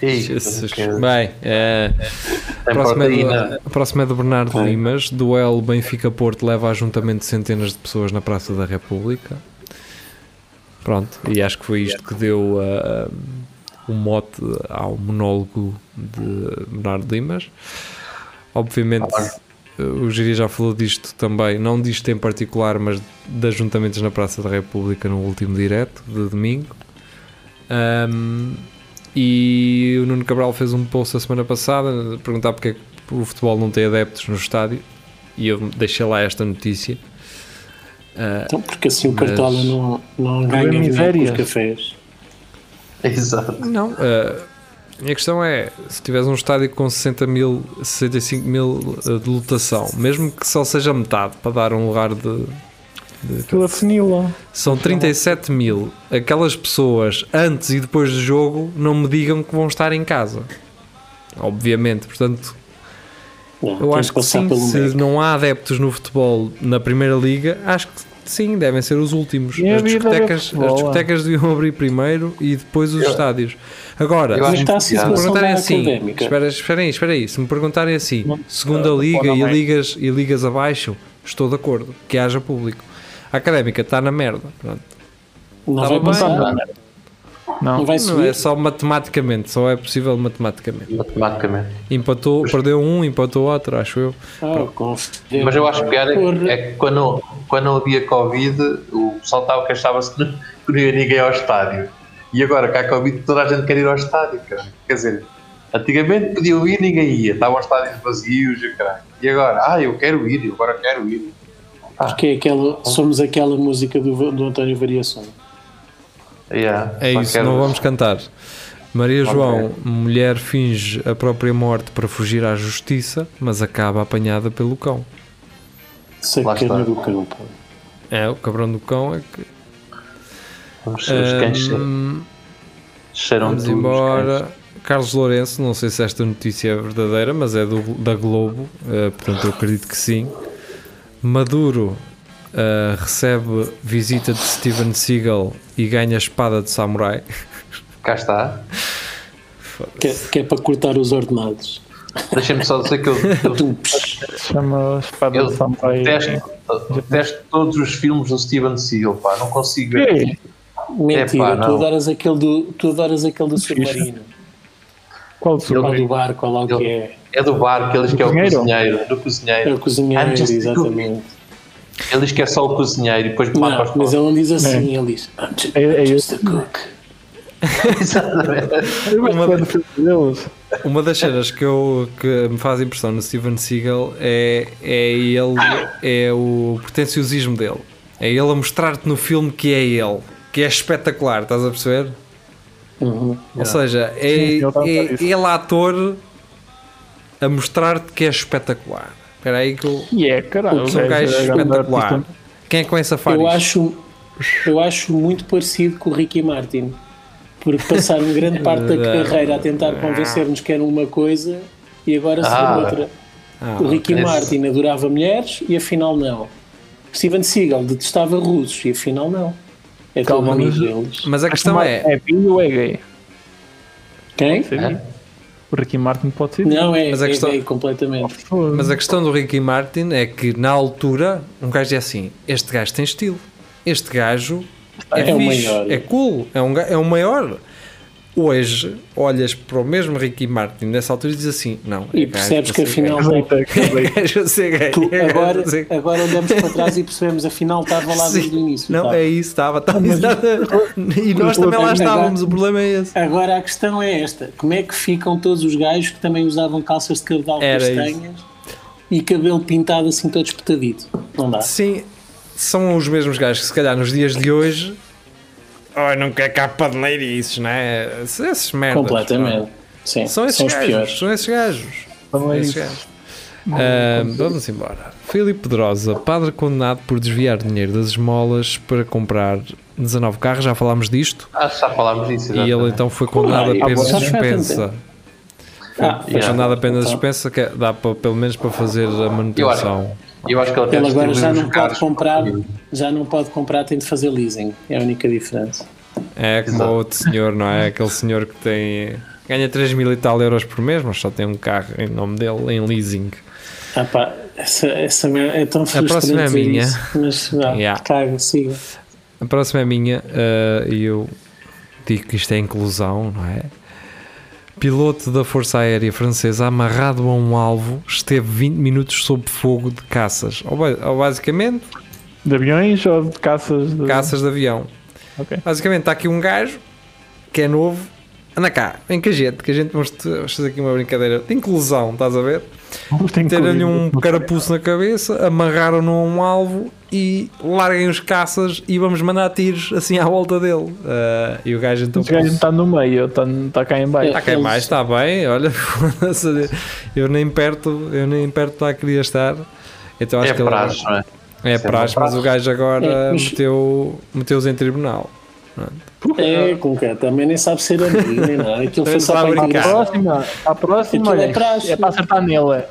Speaker 3: Jesus.
Speaker 4: Que-
Speaker 3: Bem, é, a,
Speaker 4: Tem
Speaker 3: próxima é
Speaker 4: proteína.
Speaker 3: do, a próxima é do Bernardo Limas. Duelo Benfica-Porto leva a juntamento de centenas de pessoas na Praça da República. Pronto, e acho que foi isto que deu ah, o mote ao monólogo de Bernardo Limas. Obviamente, eh, o Giri já falou disto também, não disto em particular, mas de ajuntamentos na Praça da República no último direto de domingo. Um, Ahm, e o Nuno Cabral fez um post a semana passada a perguntar porque é que o futebol não tem adeptos no estádio. E eu deixei lá esta notícia. Ah,
Speaker 2: Então, porque assim o
Speaker 3: Mas-
Speaker 2: Cartola não, não ganha dinheiro com os
Speaker 5: miséria.
Speaker 2: cafés.
Speaker 4: Exato.
Speaker 3: Não, eh, a minha questão é: se tiveres um estádio com 60 mil, 65 mil eh, de lotação, mesmo que só seja metade para dar um lugar de. de-
Speaker 5: Aquilo afunila.
Speaker 3: são 37 mil. Aquelas pessoas, antes e depois do jogo, não me digam que vão estar em casa. Obviamente, portanto,
Speaker 2: Não,
Speaker 3: eu
Speaker 2: tem
Speaker 3: acho que
Speaker 2: passar
Speaker 3: sim.
Speaker 2: pelo meio.
Speaker 3: Se não há adeptos no futebol na Primeira Liga, acho que sim, devem ser os últimos.
Speaker 5: E a
Speaker 3: As
Speaker 5: vida do
Speaker 3: discotecas,
Speaker 5: futebol,
Speaker 3: as
Speaker 5: é?
Speaker 3: discotecas deviam abrir primeiro e depois os estádios. Agora,
Speaker 4: Eu
Speaker 2: Como
Speaker 4: acho
Speaker 2: está a
Speaker 4: Se me
Speaker 2: situação da
Speaker 3: perguntarem assim,
Speaker 2: académica?
Speaker 3: espera, espera aí, espera aí, se me perguntarem assim, segunda
Speaker 5: não
Speaker 3: liga
Speaker 5: põe
Speaker 3: e
Speaker 5: na mãe.
Speaker 3: ligas, e ligas abaixo, estou de acordo, que haja público. A académica está na merda, pronto.
Speaker 2: Não
Speaker 3: Estava
Speaker 2: vai
Speaker 3: bem,
Speaker 2: passar
Speaker 3: não.
Speaker 2: nada.
Speaker 5: Não.
Speaker 2: Não vai
Speaker 3: Não
Speaker 2: subir.
Speaker 3: é só matematicamente, só é possível matematicamente.
Speaker 4: Matematicamente.
Speaker 3: Empatou, perdeu um, empatou outro, acho eu.
Speaker 2: Ah, confio.
Speaker 4: Mas eu acho que era,
Speaker 2: Porra.
Speaker 4: é que quando, quando não havia Covid, o pessoal estava queixava-se que não que não ia ninguém ao estádio. E agora que há Covid, toda a gente quer ir ao estádio, cara. Quer dizer, antigamente podiam ir ninguém ia. Estavam estádios vazios e caralho. E agora, ah, eu quero ir, eu agora quero ir.
Speaker 2: Porque é
Speaker 4: Ah.
Speaker 2: aquela, somos aquela música do, do António Variação.
Speaker 4: Yeah,
Speaker 3: É
Speaker 4: só
Speaker 3: isso,
Speaker 4: quero-
Speaker 3: não vamos cantar. Maria João, mulher finge a própria morte para fugir à justiça, mas acaba apanhada pelo cão.
Speaker 2: Sacana
Speaker 4: está.
Speaker 2: do cão, pá.
Speaker 3: É, o cabrão do cão é que.
Speaker 4: Os, os cães cheiram-
Speaker 3: Hum,
Speaker 4: cheiram
Speaker 3: Vamos
Speaker 4: tudo. os cães.
Speaker 3: embora. Carlos Lourenço, não sei se esta notícia é verdadeira, mas é do- da Globo, eh, portanto eu acredito que sim. Maduro eh, recebe visita de Steven Seagal e ganha espada de samurai.
Speaker 4: Cá está.
Speaker 2: Que, é- que é para cortar os ordenados.
Speaker 4: Deixem-me só dizer que eu, eu
Speaker 2: Tum, psh.
Speaker 5: Chama espada
Speaker 4: Eu
Speaker 5: de sampaio.
Speaker 4: detesto, detesto todos os filmes do Steven Seagal, pá. Não consigo ver.
Speaker 5: Ei,
Speaker 2: Mentira,
Speaker 4: Epá,
Speaker 2: tu
Speaker 4: não.
Speaker 2: adoras aquele do, tu adoras aquele do submarino.
Speaker 5: Qual o
Speaker 2: Ou
Speaker 5: seu?
Speaker 2: do barco, ou lá o que é.
Speaker 4: É do bar que ele diz que é o
Speaker 5: cozinheiro?
Speaker 4: cozinheiro. Do cozinheiro.
Speaker 2: É o cozinheiro,
Speaker 4: Antes de tudo.
Speaker 2: exatamente.
Speaker 4: Ele diz que é só o cozinheiro e depois mata
Speaker 2: Não,
Speaker 4: os
Speaker 2: mas
Speaker 4: pobres.
Speaker 2: ele não diz assim, ele diz I'm ju-
Speaker 5: É- é
Speaker 2: just a cook.
Speaker 4: Exatamente.
Speaker 5: Mas
Speaker 3: Uma-
Speaker 5: quando fui deles,
Speaker 3: Uma das cenas que, eu, que me faz impressão no Steven Seagal é, é ele, é o pretenciosismo dele. É ele a mostrar-te no filme que é ele, que é espetacular, estás a perceber?
Speaker 2: Uhum.
Speaker 3: Ou seja, é,
Speaker 5: Sim, eu tava a
Speaker 3: é
Speaker 5: dizer isso.
Speaker 3: ele ator a mostrar-te que é espetacular. Espera aí que eu,
Speaker 5: e é, caralho.
Speaker 3: sou um
Speaker 5: o
Speaker 3: gajo
Speaker 5: é grande
Speaker 3: espetacular.
Speaker 5: artista.
Speaker 3: Quem é que conhece a fazer
Speaker 2: Eu
Speaker 3: isto?
Speaker 2: acho, eu acho muito parecido com o Ricky Martin, porque passaram grande parte da carreira a tentar convencer-nos que era uma coisa e agora
Speaker 4: Ah.
Speaker 2: ser outra.
Speaker 3: Ah,
Speaker 2: O Ricky
Speaker 4: ok.
Speaker 2: Martin adorava mulheres e afinal não. Steven Seagal detestava russos e afinal não. É todo
Speaker 5: Calma,
Speaker 2: amigo
Speaker 5: mas-
Speaker 2: deles.
Speaker 3: Mas a questão
Speaker 5: Mas
Speaker 3: é,
Speaker 5: É bi ou é gay?
Speaker 2: Quem?
Speaker 5: Sei lá. O Ricky Martin pode ser.
Speaker 2: Não, é,
Speaker 3: Mas a
Speaker 2: é
Speaker 3: questão-
Speaker 2: gay completamente.
Speaker 3: mas a questão do Ricky Martin é que na altura um gajo é assim, este gajo tem estilo, este gajo é,
Speaker 2: É o
Speaker 3: fixe,
Speaker 2: maior.
Speaker 3: é cool, é um, ga- é um maior. Hoje olhas para o mesmo Ricky Martin nessa altura e dizes assim, não, é
Speaker 2: E
Speaker 3: gajo
Speaker 2: percebes
Speaker 3: para
Speaker 2: que
Speaker 3: ser
Speaker 2: afinal
Speaker 3: gay.
Speaker 5: então,
Speaker 2: não.
Speaker 3: É gajo a ser gay.
Speaker 2: Tu-
Speaker 3: é gajo
Speaker 2: agora,
Speaker 3: a ser-
Speaker 2: agora olhamos para trás e percebemos, afinal estava lá
Speaker 3: Sim.
Speaker 2: desde o início.
Speaker 3: Não,
Speaker 2: tá?
Speaker 3: é isso, estava. estava exatamente. e nós também lá estávamos, o problema é esse.
Speaker 2: Agora a questão é esta: como é que ficam todos os gajos que também usavam calças de cabedal
Speaker 3: Era
Speaker 2: castanhas e cabelo pintado assim todo espetadito? Não dá.
Speaker 3: Sim, são os mesmos gajos que se calhar nos dias de hoje. Oh, não quer cá paneirices, não é? Esses merdas.
Speaker 2: Completamente. Sim,
Speaker 3: pá. é? São
Speaker 2: são,
Speaker 3: esses
Speaker 2: os
Speaker 3: gajos.
Speaker 2: piores.
Speaker 3: São esses gajos.
Speaker 5: Não é
Speaker 3: Esses
Speaker 5: isso.
Speaker 3: gajos. Ah, Vamos embora. Filipe Pedrosa, padre condenado por desviar dinheiro das esmolas para comprar 19 carros, já falámos disto.
Speaker 4: Acho que já falámos disso.
Speaker 3: E ele
Speaker 4: exatamente.
Speaker 3: então foi condenado
Speaker 2: Ah,
Speaker 3: a pena
Speaker 2: já faz
Speaker 3: suspensa.
Speaker 2: tanto Ah,
Speaker 3: Foi
Speaker 4: Yeah.
Speaker 3: condenado a pena
Speaker 2: Então,
Speaker 3: suspensa, que é- dá para, pelo menos para fazer a manutenção.
Speaker 4: Eu acho que ele até
Speaker 2: Ele agora já
Speaker 4: distribuiu
Speaker 3: um
Speaker 2: não
Speaker 4: os
Speaker 2: pode
Speaker 4: carros.
Speaker 2: comprar, já não pode comprar, tem de fazer leasing. É a única diferença.
Speaker 3: É como
Speaker 4: Exato.
Speaker 3: o outro senhor, não é? Aquele senhor que tem. ganha 3 mil e tal euros por mês, mas só tem um carro em nome dele, em leasing.
Speaker 2: Ah, pá, essa, essa mer- é tão frustrante.
Speaker 3: próxima é
Speaker 2: dizer
Speaker 3: minha.
Speaker 2: isso, mas vá,
Speaker 3: Yeah.
Speaker 2: caga, siga.
Speaker 3: A próxima é minha eh, e eu digo que isto é inclusão, não é? Piloto da Força Aérea Francesa amarrado a um alvo esteve 20 minutos sob fogo de caças. Ou, ba- ou basicamente,
Speaker 5: De aviões ou de caças? De...
Speaker 3: caças de avião.
Speaker 5: é. Ok.
Speaker 3: Basicamente, está aqui um gajo que é novo. Anda cá, vem com a gente, que a gente vamos te- vamos fazer aqui uma brincadeira de inclusão, estás a ver?
Speaker 5: Tem
Speaker 3: Meteram-lhe um
Speaker 5: Covid.
Speaker 3: carapuço na cabeça, amarraram-no a um alvo e larguem os caças e vamos mandar tiros assim à volta dele. Ah, e o gajo então.
Speaker 5: Este gajo
Speaker 2: tá
Speaker 5: está no meio, está, está cá em baixo.
Speaker 3: Está quem mais, está bem, olha, foda-se, eu nem perto, eu nem perto lá queria estar. Então acho
Speaker 4: É
Speaker 3: que ele-
Speaker 4: praxe, não é?
Speaker 3: é
Speaker 4: Isso é
Speaker 3: praxe,
Speaker 4: uma
Speaker 3: mas o gajo agora
Speaker 2: É, mas-
Speaker 3: meteu, meteu-os em tribunal.
Speaker 2: É, com quem também nem sabe ser amigo, nem nada. Aquilo foi
Speaker 3: Não
Speaker 2: só
Speaker 3: sabe
Speaker 2: para
Speaker 5: À
Speaker 3: brincar.
Speaker 2: brincar.
Speaker 5: próxima, à próxima,
Speaker 2: Aquilo é
Speaker 5: olha,
Speaker 2: praxe.
Speaker 5: é para acertar nele. é.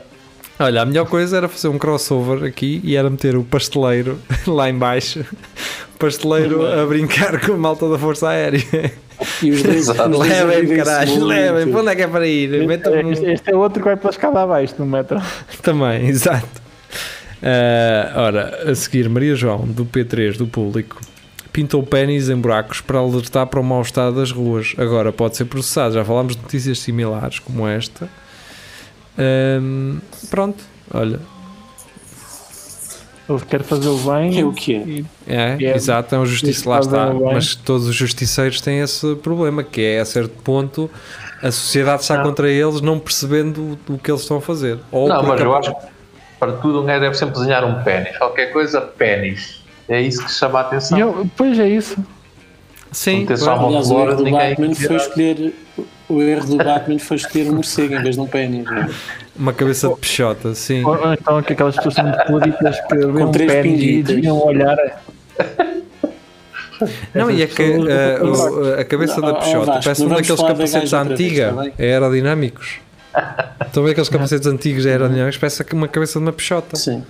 Speaker 3: Olha, a melhor coisa era fazer um crossover aqui e era meter o pasteleiro lá em baixo, o pasteleiro a brincar com a malta da Força Aérea.
Speaker 2: E os dois, os
Speaker 4: Exato.
Speaker 2: dois
Speaker 3: Levem,
Speaker 2: vivem-se
Speaker 3: caralho,
Speaker 2: muito.
Speaker 3: levem. Para onde é que é para ir? Metam um
Speaker 5: Este, este é outro que vai pela escada abaixo no metro.
Speaker 3: também, exato. Ah, ora, a seguir, Maria João, do P3, do público, pintou pênis em buracos para alertar para o mau estado das ruas. Agora pode ser processado. Já falámos de notícias similares como esta. Ahm, pronto, olha.
Speaker 5: Ele quer fazer o
Speaker 2: É o
Speaker 5: bem.
Speaker 2: que é.
Speaker 5: e-
Speaker 3: É,
Speaker 5: É,
Speaker 3: exato, é um justiça,
Speaker 5: isso
Speaker 3: lá
Speaker 5: faz
Speaker 3: está.
Speaker 5: bem.
Speaker 3: Mas todos os justiceiros têm esse problema, que é a certo ponto a sociedade está contra eles não percebendo o, o que eles estão a fazer. Ou
Speaker 4: Não,
Speaker 3: por
Speaker 4: mas eu
Speaker 3: capa-
Speaker 4: acho que para tudo um gajo deve sempre desenhar um pênis. Qualquer coisa, pênis. É isso que chama a atenção.
Speaker 5: E eu, pois é isso.
Speaker 3: Sim,
Speaker 4: Atenção
Speaker 3: claro.
Speaker 4: ao
Speaker 2: Aliás, o
Speaker 4: Agora
Speaker 2: erro do
Speaker 4: ninguém
Speaker 2: Batman
Speaker 4: quer.
Speaker 2: foi escolher. O erro do Batman foi escolher um morcego em vez de um pênis. né?
Speaker 3: uma cabeça de peixota, sim.
Speaker 5: Ou, ou então que aquelas pessoas são muito políticas que vêem um
Speaker 2: três
Speaker 5: pé e
Speaker 2: pinguitas.
Speaker 5: deviam olhar.
Speaker 3: Não, e é que
Speaker 5: pessoas-
Speaker 3: eh, o- a cabeça
Speaker 2: Não,
Speaker 3: da
Speaker 2: ó,
Speaker 3: peixota
Speaker 2: Vasco,
Speaker 3: parece um
Speaker 2: não vamos
Speaker 3: daqueles
Speaker 2: falar da
Speaker 3: capacetes
Speaker 2: gaja
Speaker 3: da
Speaker 2: outra vez,
Speaker 3: antiga,
Speaker 2: está bem?
Speaker 3: aerodinâmicos. Estão a ver aqueles capacetes antigos aerodinâmicos? Parece que uma cabeça de uma peixota.
Speaker 2: Sim.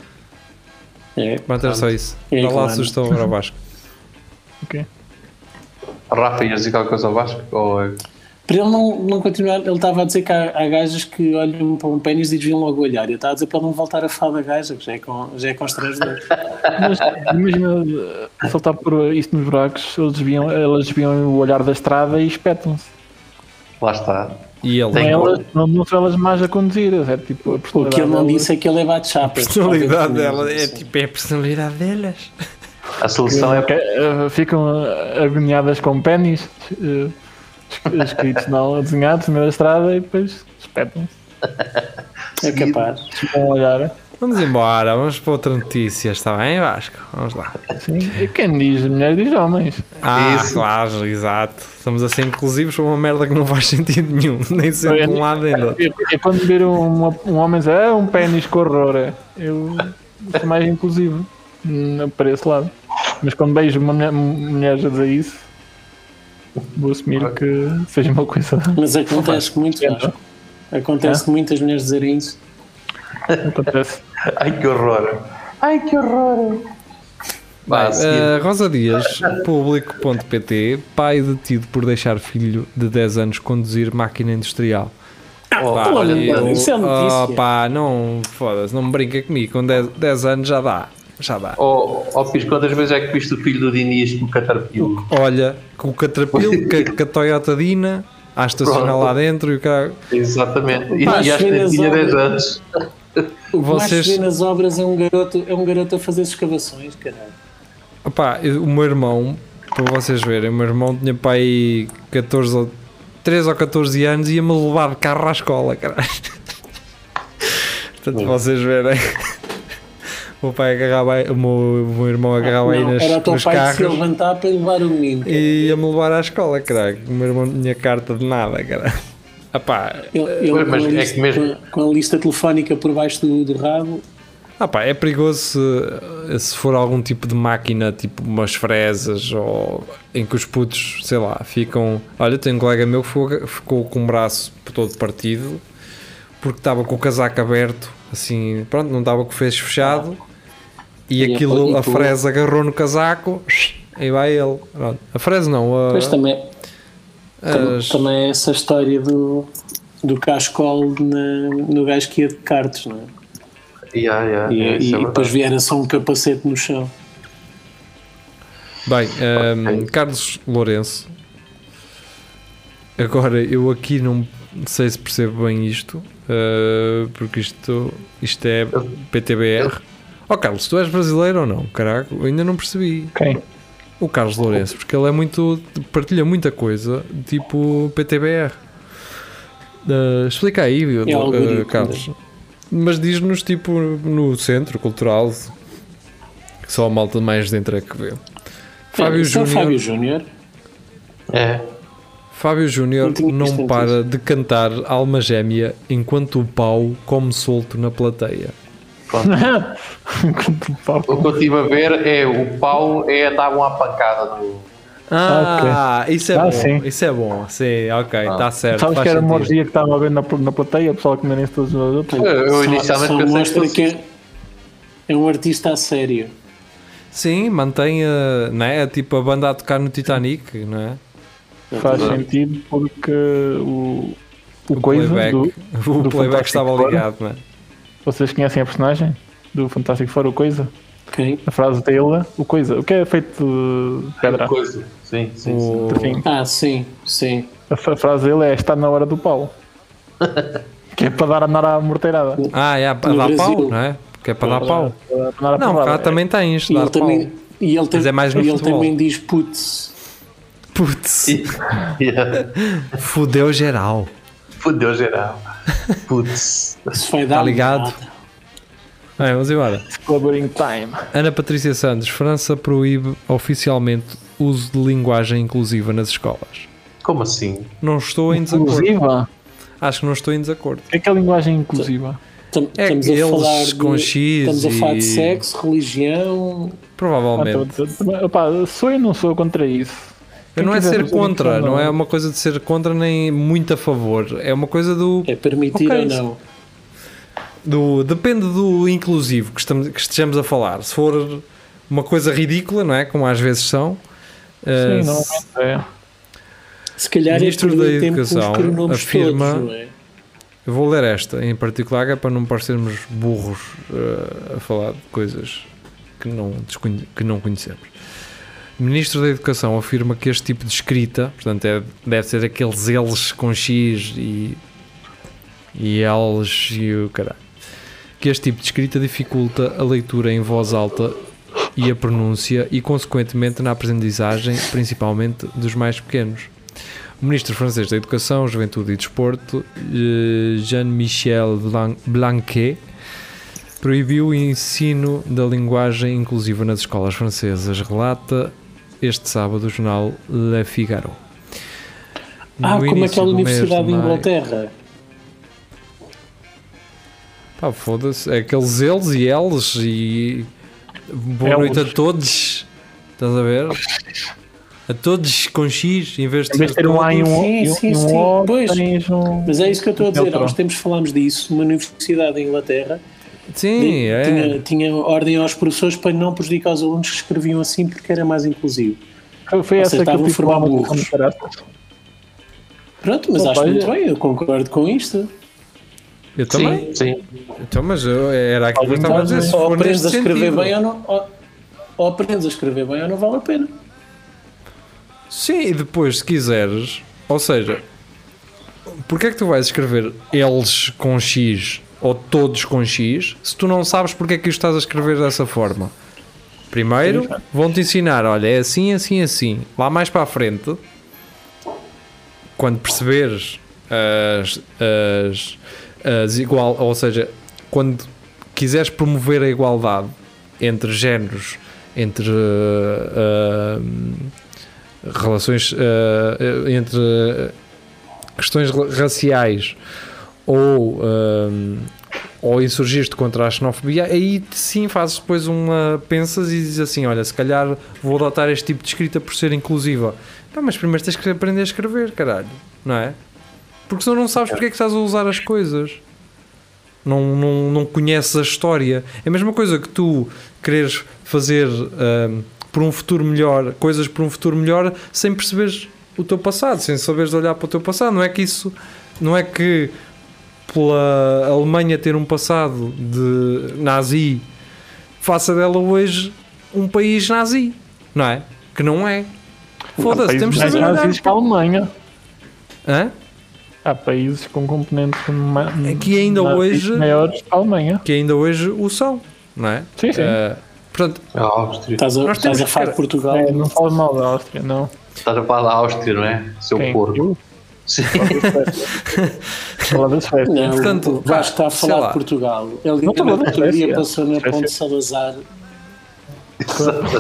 Speaker 2: É.
Speaker 3: Pronto, era só isso.
Speaker 2: É
Speaker 3: Dá lá a
Speaker 2: claro.
Speaker 3: sugestão agora ao Vasco.
Speaker 5: Ok.
Speaker 4: Rafa, ias dizer qualquer coisa ao Vasco? Ou... é-
Speaker 2: Para ele não, não continuar, ele estava a dizer que há, há gajas que olham para um pênis e desviam logo o olhar. Eu estava a dizer para ele não voltar a falar da gaja, que já é, com, já é constrangedor.
Speaker 5: Mas eh, imagina eh, soltar por isto nos buracos, eles desviam, elas desviam o olhar da estrada e espetam-se.
Speaker 4: Lá está.
Speaker 3: E ele.
Speaker 5: Não,
Speaker 4: Tem-
Speaker 5: é elas- não, não são elas mais a conduzir, é tipo a
Speaker 2: O que ele não
Speaker 5: personalidade
Speaker 2: disse é que ele é bate-chapa.
Speaker 3: A personalidade dela é tipo é a personalidade delas.
Speaker 4: A solução é
Speaker 5: Que, eh, ficam eh, agoniadas com pênis. eh, escritos não desenhados no meio da estrada e depois espetam-se.
Speaker 2: É capaz.
Speaker 5: Vão olhar.
Speaker 3: Vamos embora, vamos para outra notícia, está bem, Vasco? Vamos lá.
Speaker 5: Sim. assim. E quem diz mulheres diz homens.
Speaker 3: Ah,
Speaker 4: Isso.
Speaker 3: claro, exato. Estamos a ser inclusivos para uma merda que não faz sentido nenhum, nem sempre de um lado nem do outro.
Speaker 5: É, é quando ver um, um homem dizer ah, um pênis com horror. Eu sou mais inclusivo hum, para esse lado. Mas quando beijo uma mulher, mulheres a dizer isso, vou assumir que seja uma coisa.
Speaker 2: Mas acontece muito,
Speaker 5: É,
Speaker 2: Vasco.
Speaker 3: É?
Speaker 2: Acontece muitas mulheres dizerem isso.
Speaker 5: Acontece.
Speaker 4: Ai que horror! Ai que horror! Vá, a seguir.
Speaker 3: Uh, Rosa Dias, público.pt, pai detido por deixar filho de 10 anos conduzir máquina industrial. Pá,
Speaker 2: Ah, olha,
Speaker 3: eu-
Speaker 2: isso é notícia.
Speaker 3: Oh, pá, não, foda-se, não me brinca comigo, com 10, 10 anos já dá, já dá.
Speaker 4: Ó oh, Pires, quantas vezes é que viste o filho do Diniz com o Catarpilho?
Speaker 3: Olha, com o Caterpillar, com, a- com a Toyota Dina, a estacionar lá dentro e o cara...
Speaker 4: Exatamente. E,
Speaker 2: Pá,
Speaker 4: e acho que nem
Speaker 2: filhas
Speaker 4: tinha
Speaker 2: homens.
Speaker 4: 10 anos.
Speaker 2: O que mais
Speaker 3: Vocês-
Speaker 2: se vê nas obras é um garoto, é um garoto a fazer escavações, caralho.
Speaker 3: Opá, eu- o meu irmão, para vocês verem, o meu irmão tinha para aí 14 ou 13 ou 14 anos e ia-me levar de carro à escola, caralho. Portanto, para vocês verem. O meu pai agarrava aí, o meu, o meu irmão agarrava aí
Speaker 2: Não,
Speaker 3: nas,
Speaker 2: era o teu
Speaker 3: nos
Speaker 2: pai que se
Speaker 3: carros É.
Speaker 2: levantar para levar o menino.
Speaker 3: e ia-me levar à escola, caralho. O meu irmão não tinha carta de nada, caralho. Opá,
Speaker 2: Ele, ele
Speaker 4: Pois, mas
Speaker 2: com, a
Speaker 4: é
Speaker 2: lista,
Speaker 4: que mesmo-
Speaker 2: com a- com a lista telefónica por baixo do, do rabo,
Speaker 3: Ah pá, é perigoso se, se for algum tipo de máquina, tipo umas fresas, ou em que os putos, sei lá, ficam. Olha, tem um colega meu que ficou, ficou com o braço todo partido porque estava com o casaco aberto, assim, pronto, não estava com o fecho fechado e,
Speaker 2: E
Speaker 3: aquilo,
Speaker 2: a-
Speaker 3: a,
Speaker 2: e tu?
Speaker 3: fresa agarrou no casaco e vai ele. Pronto. A fresa não, a,
Speaker 2: mas também, tam-
Speaker 3: Ah. as-
Speaker 2: também é essa história do, do cascol na- no gajo que ia de cartos, não é?
Speaker 4: Ya, ya,
Speaker 2: E,
Speaker 4: isso é
Speaker 2: e
Speaker 4: verdade.
Speaker 2: depois viera só um capacete no chão.
Speaker 3: Bem, ehm, Carlos Lourenço. Agora, eu aqui não sei se percebo bem isto, eh, porque isto, isto é PTBR. Oh, Carlos, tu és brasileiro ou não? Caraca, eu ainda não percebi.
Speaker 5: Quem?
Speaker 3: O Carlos Lourenço, porque ele é muito. partilha muita coisa, tipo PTBR. Eh, explica aí, eh,
Speaker 2: É algoritmo,
Speaker 3: Carlos. Mas diz-nos, tipo, no centro cultural, que só a malta mais dentro é que vê. Fábio
Speaker 2: Isso é o
Speaker 3: Júnior.
Speaker 2: Fábio Júnior.
Speaker 4: É.
Speaker 3: Fábio Júnior
Speaker 2: Não tinha
Speaker 3: não,
Speaker 2: visto antes.
Speaker 3: para de cantar Alma Gêmea enquanto o pau come solto na plateia.
Speaker 4: O que eu estive a ver é o pau é dar uma pancada no.
Speaker 3: Ah, isso é
Speaker 5: Ah,
Speaker 3: bom.
Speaker 5: sim.
Speaker 3: Isso é bom. Sim, ok, está certo.
Speaker 5: Sabes
Speaker 3: faz
Speaker 5: que era um uma
Speaker 3: sentido.
Speaker 5: orgia que estava a ver na, na plateia, o pessoal a comerem-se todos os outros.
Speaker 4: Eu, eu inicialmente
Speaker 2: só
Speaker 4: pensei
Speaker 2: mostra
Speaker 4: fosse-
Speaker 2: que é, é um artista a sério.
Speaker 3: Sim, mantém a, não é? É tipo a banda a tocar no Titanic, não é?
Speaker 5: Faz sentido porque o, o, coisa
Speaker 3: playback,
Speaker 5: do.
Speaker 3: o
Speaker 5: do
Speaker 3: playback
Speaker 5: Fantástico
Speaker 3: estava
Speaker 5: Fora.
Speaker 3: ligado, não é?
Speaker 5: Vocês conhecem a personagem do Fantástico Fora, o coisa?
Speaker 2: ok?
Speaker 5: A frase dele, o coisa. O que é feito de pedra?
Speaker 4: Coisa. Sim, sim, sim.
Speaker 3: O-
Speaker 5: Enfim,
Speaker 2: Ah, sim, sim.
Speaker 5: a fra- frase dele é está na hora do pau. que é para dar andar à morteirada.
Speaker 3: Ah, é, para
Speaker 2: No
Speaker 3: dar
Speaker 2: Brasil.
Speaker 3: pau, não é? Porque é para dar pau.
Speaker 5: Para dar à
Speaker 3: Não,
Speaker 5: porrada.
Speaker 3: cá também tens,
Speaker 2: E
Speaker 3: dar
Speaker 2: ele,
Speaker 3: pau.
Speaker 2: também, e ele, tem-
Speaker 3: Mas é mais no
Speaker 2: e ele
Speaker 3: futebol.
Speaker 2: também diz putz.
Speaker 3: Putz,
Speaker 4: Yeah.
Speaker 3: fudeu geral.
Speaker 4: Fudeu geral. Putz.
Speaker 2: Se vai dar
Speaker 3: Tá ligado?
Speaker 2: nada.
Speaker 3: Bem, vamos embora.
Speaker 5: Collaborating É time.
Speaker 3: Ana Patrícia Santos, França proíbe oficialmente uso de linguagem inclusiva nas escolas.
Speaker 4: Como assim?
Speaker 3: Não estou em desacordo.
Speaker 5: Inclusiva?
Speaker 3: Acho que não estou em desacordo.
Speaker 5: O que é que é a linguagem inclusiva?
Speaker 2: Tam-
Speaker 3: É
Speaker 2: estamos
Speaker 3: que
Speaker 2: a
Speaker 3: eles
Speaker 2: falar de,
Speaker 3: com X
Speaker 2: Estamos a falar de
Speaker 3: e-
Speaker 2: sexo, religião.
Speaker 5: Ah,
Speaker 3: Provavelmente.
Speaker 5: tá- tá- tá- opá, sou e não sou contra isso. Quem
Speaker 3: não é
Speaker 5: quiser
Speaker 3: ser
Speaker 5: usar
Speaker 3: contra,
Speaker 5: isso,
Speaker 3: não é uma coisa de ser contra nem muito a favor. É uma coisa do.
Speaker 2: É permitir
Speaker 3: Ok,
Speaker 2: ou não.
Speaker 3: do depende do inclusivo que, estamos, que estejamos a falar. Se for uma coisa ridícula, não é? Como às vezes são. eh,
Speaker 5: Sim, não
Speaker 3: se-
Speaker 5: é.
Speaker 2: Se calhar
Speaker 3: Ministro
Speaker 2: é
Speaker 3: da
Speaker 2: permitir tempo
Speaker 3: Educação
Speaker 2: os pronomes
Speaker 3: afirma-
Speaker 2: todos, não é?
Speaker 3: Eu vou ler esta em particular, que é para não parecermos burros eh, a falar de coisas que não, desconhe- que não conhecemos. Ministro da Educação afirma que este tipo de escrita, portanto, é- deve ser aqueles eles com X e, e eles e o caralho, que este tipo de escrita dificulta a leitura em voz alta e a pronúncia e, consequentemente, na aprendizagem, principalmente dos mais pequenos. O ministro francês da Educação, Juventude e Desporto, eh, Jean-Michel Blan- Blanquet, proibiu o ensino da linguagem inclusiva nas escolas francesas, relata este sábado o jornal Le Figaro.
Speaker 2: Ah,
Speaker 3: No
Speaker 2: como
Speaker 3: início
Speaker 2: aquela
Speaker 3: do mês de
Speaker 2: Universidade de
Speaker 3: maio-
Speaker 2: Inglaterra.
Speaker 3: Pá, foda-se. É aqueles eles e eles e. Boa
Speaker 5: Eles.
Speaker 3: noite a todos. Estás a ver? A todos com X em vez de.
Speaker 5: Em vez de ter um A e um O,
Speaker 2: Sim,
Speaker 5: e um-
Speaker 2: sim,
Speaker 5: e um
Speaker 2: sim,
Speaker 5: O,
Speaker 2: pois.
Speaker 5: tens um.
Speaker 2: Mas é isso que eu estou a
Speaker 3: Então
Speaker 2: dizer. Há
Speaker 5: Neutral.
Speaker 2: uns tempos falámos disso, uma universidade da Inglaterra
Speaker 3: Sim, é.
Speaker 2: tinha, tinha ordem aos professores para não prejudicar os alunos que escreviam assim porque era mais inclusivo.
Speaker 5: Foi- Foi essa que
Speaker 2: estavam
Speaker 5: eu
Speaker 2: a
Speaker 5: fui
Speaker 2: formar
Speaker 5: falar muito
Speaker 2: burros.
Speaker 5: como caraças.
Speaker 2: Pronto, mas
Speaker 5: Opa,
Speaker 2: acho muito
Speaker 5: olha.
Speaker 2: bem, eu concordo com isto.
Speaker 3: Eu também.
Speaker 4: Sim, sim.
Speaker 3: Então, mas eu, era aquilo que eu estava a dizer. Se
Speaker 2: Ou
Speaker 3: for
Speaker 2: aprendes
Speaker 3: neste
Speaker 2: a escrever
Speaker 3: sentido.
Speaker 2: bem ou não. Ou, ou aprendes a escrever bem ou não vale a pena.
Speaker 3: Sim, e depois, se quiseres. Ou seja, porque é que tu vais escrever eles com X ou todos com X se tu não sabes porque é que os estás a escrever dessa forma? Primeiro, vão-te ensinar, olha, é assim, assim, assim. Lá mais para a frente, quando perceberes as, as, as igual, ou seja, quando quiseres promover a igualdade entre géneros, entre eh, eh, relações, eh, eh, entre eh, questões ra- raciais ou eh, ou insurgiste contra a xenofobia, aí sim fazes depois uma. pensas e dizes assim: olha, se calhar vou adotar este tipo de escrita por ser inclusiva. Pá, mas primeiro tens que aprender a escrever, caralho, não é? Porque senão não sabes porque é que estás a usar as coisas. Não, não, não conheces a história. É a mesma coisa que tu quereres fazer hum, por um futuro melhor, coisas por um futuro melhor, sem perceberes o teu passado, sem saberes olhar para o teu passado. Não é que isso. Não é que pela Alemanha ter um passado de nazi, faça dela hoje um país nazi, não é? Que não é. Foda-se, temos de
Speaker 5: Mas
Speaker 3: saber
Speaker 5: há
Speaker 3: olhar.
Speaker 5: países que a Alemanha.
Speaker 3: Hã?
Speaker 5: Há países com componentes ma-
Speaker 3: que ainda
Speaker 5: ma-
Speaker 3: hoje-
Speaker 5: maiores que a Alemanha.
Speaker 3: Que ainda hoje o são, não é?
Speaker 5: Sim, sim.
Speaker 3: Eh, portanto,
Speaker 4: A Áustria.
Speaker 2: Estás a,
Speaker 3: Nós temos
Speaker 2: estás a
Speaker 3: que-
Speaker 2: falar de Portugal.
Speaker 5: É, não falo mal da Áustria, não.
Speaker 4: Estás a falar da Áustria, não é? Seu
Speaker 5: Quem?
Speaker 4: porco.
Speaker 5: Eu?
Speaker 4: Sim.
Speaker 5: Falo das festas.
Speaker 2: Não,
Speaker 3: Portanto,
Speaker 2: o Vasco está a
Speaker 3: sei
Speaker 2: falar
Speaker 3: lá.
Speaker 2: de Portugal. Ele
Speaker 5: Não estou a falar da
Speaker 2: outro dia
Speaker 5: Grécia.
Speaker 2: passou na
Speaker 5: Grécia.
Speaker 2: Ponte Salazar.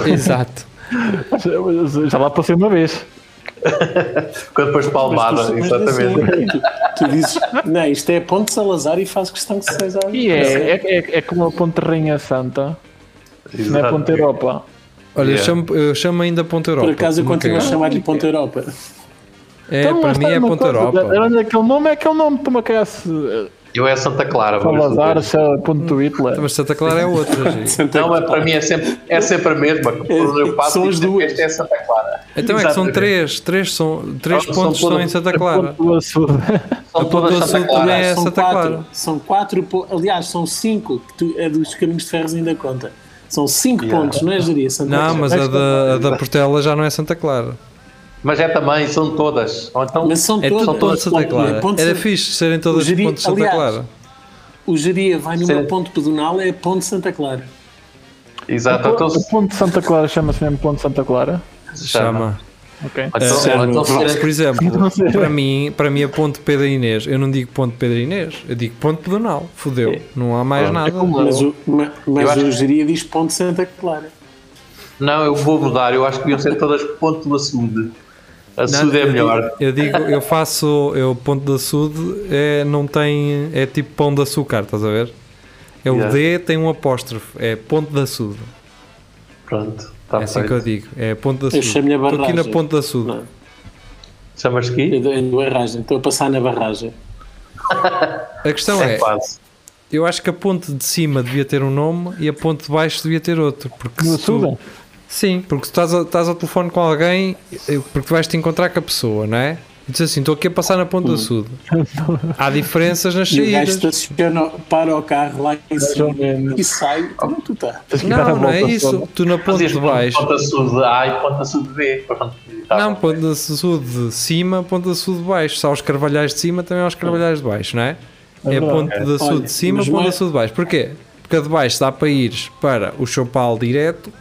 Speaker 3: exato.
Speaker 5: Já lá passei uma vez.
Speaker 4: Quando depois palmada,
Speaker 2: Mas tu- mas
Speaker 4: exatamente.
Speaker 2: assim, Tu, tu dizes, não, isto é Ponte Salazar e faz questão que seja.
Speaker 5: E é, é, é, é como a Ponte Rainha Santa, não é
Speaker 4: Exato.
Speaker 5: Ponte Europa.
Speaker 3: Olha, eu,
Speaker 4: Yeah.
Speaker 3: chamo, eu chamo ainda Ponta Europa.
Speaker 2: Por acaso eu
Speaker 3: nunca
Speaker 2: continuo a
Speaker 3: é.
Speaker 2: chamar-lhe Ponte Europa.
Speaker 3: É,
Speaker 5: Então, lá
Speaker 3: para mim
Speaker 5: está
Speaker 3: é
Speaker 5: uma
Speaker 3: Ponta
Speaker 5: coisa,
Speaker 3: Europa.
Speaker 5: Era aquele nome, é aquele nome, toma que é esse, eh,
Speaker 4: Eu é Santa Clara. vou
Speaker 5: Salazar,
Speaker 4: dizer.
Speaker 5: se é ponto do Hitler.
Speaker 3: Mas Santa Clara é outra. gente.
Speaker 2: Então,
Speaker 4: Não, mas para mim é sempre, é sempre a mesma. que Por eu passo,
Speaker 2: São as
Speaker 4: digo
Speaker 2: duas.
Speaker 4: sempre que Esta é Santa Clara.
Speaker 3: então é que são
Speaker 4: Exatamente.
Speaker 3: três. Três, são, três
Speaker 4: São- são
Speaker 3: pontos são,
Speaker 4: todas-
Speaker 3: em Santa
Speaker 5: Ponto
Speaker 3: Clara.
Speaker 5: do Açude.
Speaker 4: São
Speaker 3: A
Speaker 4: todas
Speaker 3: Ponta do
Speaker 4: Santa
Speaker 3: Sul
Speaker 4: Clara.
Speaker 3: também é
Speaker 2: são
Speaker 3: Santa Clara.
Speaker 2: quatro, são quatro po- aliás, são cinco, que tu, a dos caminhos de ferros ainda conta. São cinco
Speaker 4: Yeah.
Speaker 2: pontos, não é, Jeria? Santa
Speaker 3: Não,
Speaker 2: Clara.
Speaker 3: mas a da, a da Portela já não é Santa Clara.
Speaker 4: Mas é também, são todas. Ou então,
Speaker 2: Mas são
Speaker 3: É
Speaker 2: todas.
Speaker 3: tudo ponto de Santa Clara. É
Speaker 2: Ponte-
Speaker 3: Era fixe serem todas
Speaker 2: Geri-
Speaker 3: pontos de Santa
Speaker 2: aliás,
Speaker 3: Clara.
Speaker 2: O Jeria vai numa
Speaker 4: Sim.
Speaker 2: ponte pedonal, é Ponte Santa Clara.
Speaker 4: exato. Então,
Speaker 5: O ponto de Santa Clara chama-se mesmo ponto de Santa Clara.
Speaker 4: se
Speaker 3: Chama.
Speaker 5: Ok.
Speaker 4: Então,
Speaker 2: Chama.
Speaker 4: então, se-
Speaker 3: Por exemplo,
Speaker 5: Não sei.
Speaker 3: para mim, para mim a ponte Pedro Inês, eu não digo ponte Pedro Inês, eu digo ponte pedonal. Fodeu, não há mais nada.
Speaker 2: Mas o, ma-
Speaker 4: Eu
Speaker 2: mas
Speaker 4: acho-
Speaker 2: o Jeria diz Ponte Santa Clara.
Speaker 4: Não, eu vou mudar. Eu acho que deviam ser todas ponto do açude.
Speaker 3: Não,
Speaker 4: Açude é
Speaker 3: eu
Speaker 4: melhor.
Speaker 3: digo- Eu digo, eu faço, eu ponto de açude é, não tem, é tipo pão de açúcar, estás a ver? É o
Speaker 4: Yeah.
Speaker 3: D, tem um apóstrofe, é ponto de açude.
Speaker 4: Pronto, está
Speaker 3: é assim que eu
Speaker 4: Tá feito.
Speaker 3: digo, é ponto de açude.
Speaker 2: chamo-lhe a
Speaker 3: Estou aqui na
Speaker 2: barragem.
Speaker 3: ponte de açude.
Speaker 2: Não.
Speaker 4: Chamas
Speaker 2: Eu
Speaker 4: aqui?
Speaker 2: dou- eu dou barragem, estou a passar na barragem.
Speaker 3: A questão é,
Speaker 4: É quase.
Speaker 3: eu acho que a ponte de cima devia ter um nome e a ponte de baixo devia ter outro. Porque
Speaker 5: No
Speaker 3: se tu-
Speaker 5: Açude?
Speaker 3: Sim, porque tu estás, a, estás ao telefone com alguém, eh, porque tu vais te encontrar com a pessoa, não é? E dizes assim, estou aqui a passar na ponte de açude. Há diferenças nas
Speaker 2: Hum. E o gajo
Speaker 3: saídas.
Speaker 2: estaciona, para o carro lá em cima
Speaker 5: menos.
Speaker 2: e sai. tá. Como tu está?
Speaker 5: Tens que dar a
Speaker 3: Não, não é
Speaker 5: volta
Speaker 3: isso.
Speaker 5: toda.
Speaker 3: Tu na ponte
Speaker 4: Diz
Speaker 3: de baixo.
Speaker 4: Ponto açude A e ponto açude B. Pronto, tá
Speaker 3: Não,
Speaker 4: bom.
Speaker 3: ponte de sul de cima, ponte de sul de baixo. Se há os carvalhais de cima, também há os carvalhais de baixo, não é? É,
Speaker 5: verdade.
Speaker 3: ponte de sul
Speaker 2: Olha,
Speaker 3: de cima,
Speaker 2: mas
Speaker 3: ponte
Speaker 2: não é-
Speaker 3: de sul de baixo. Porquê? Porque a de baixo dá para ir para o Chopal direto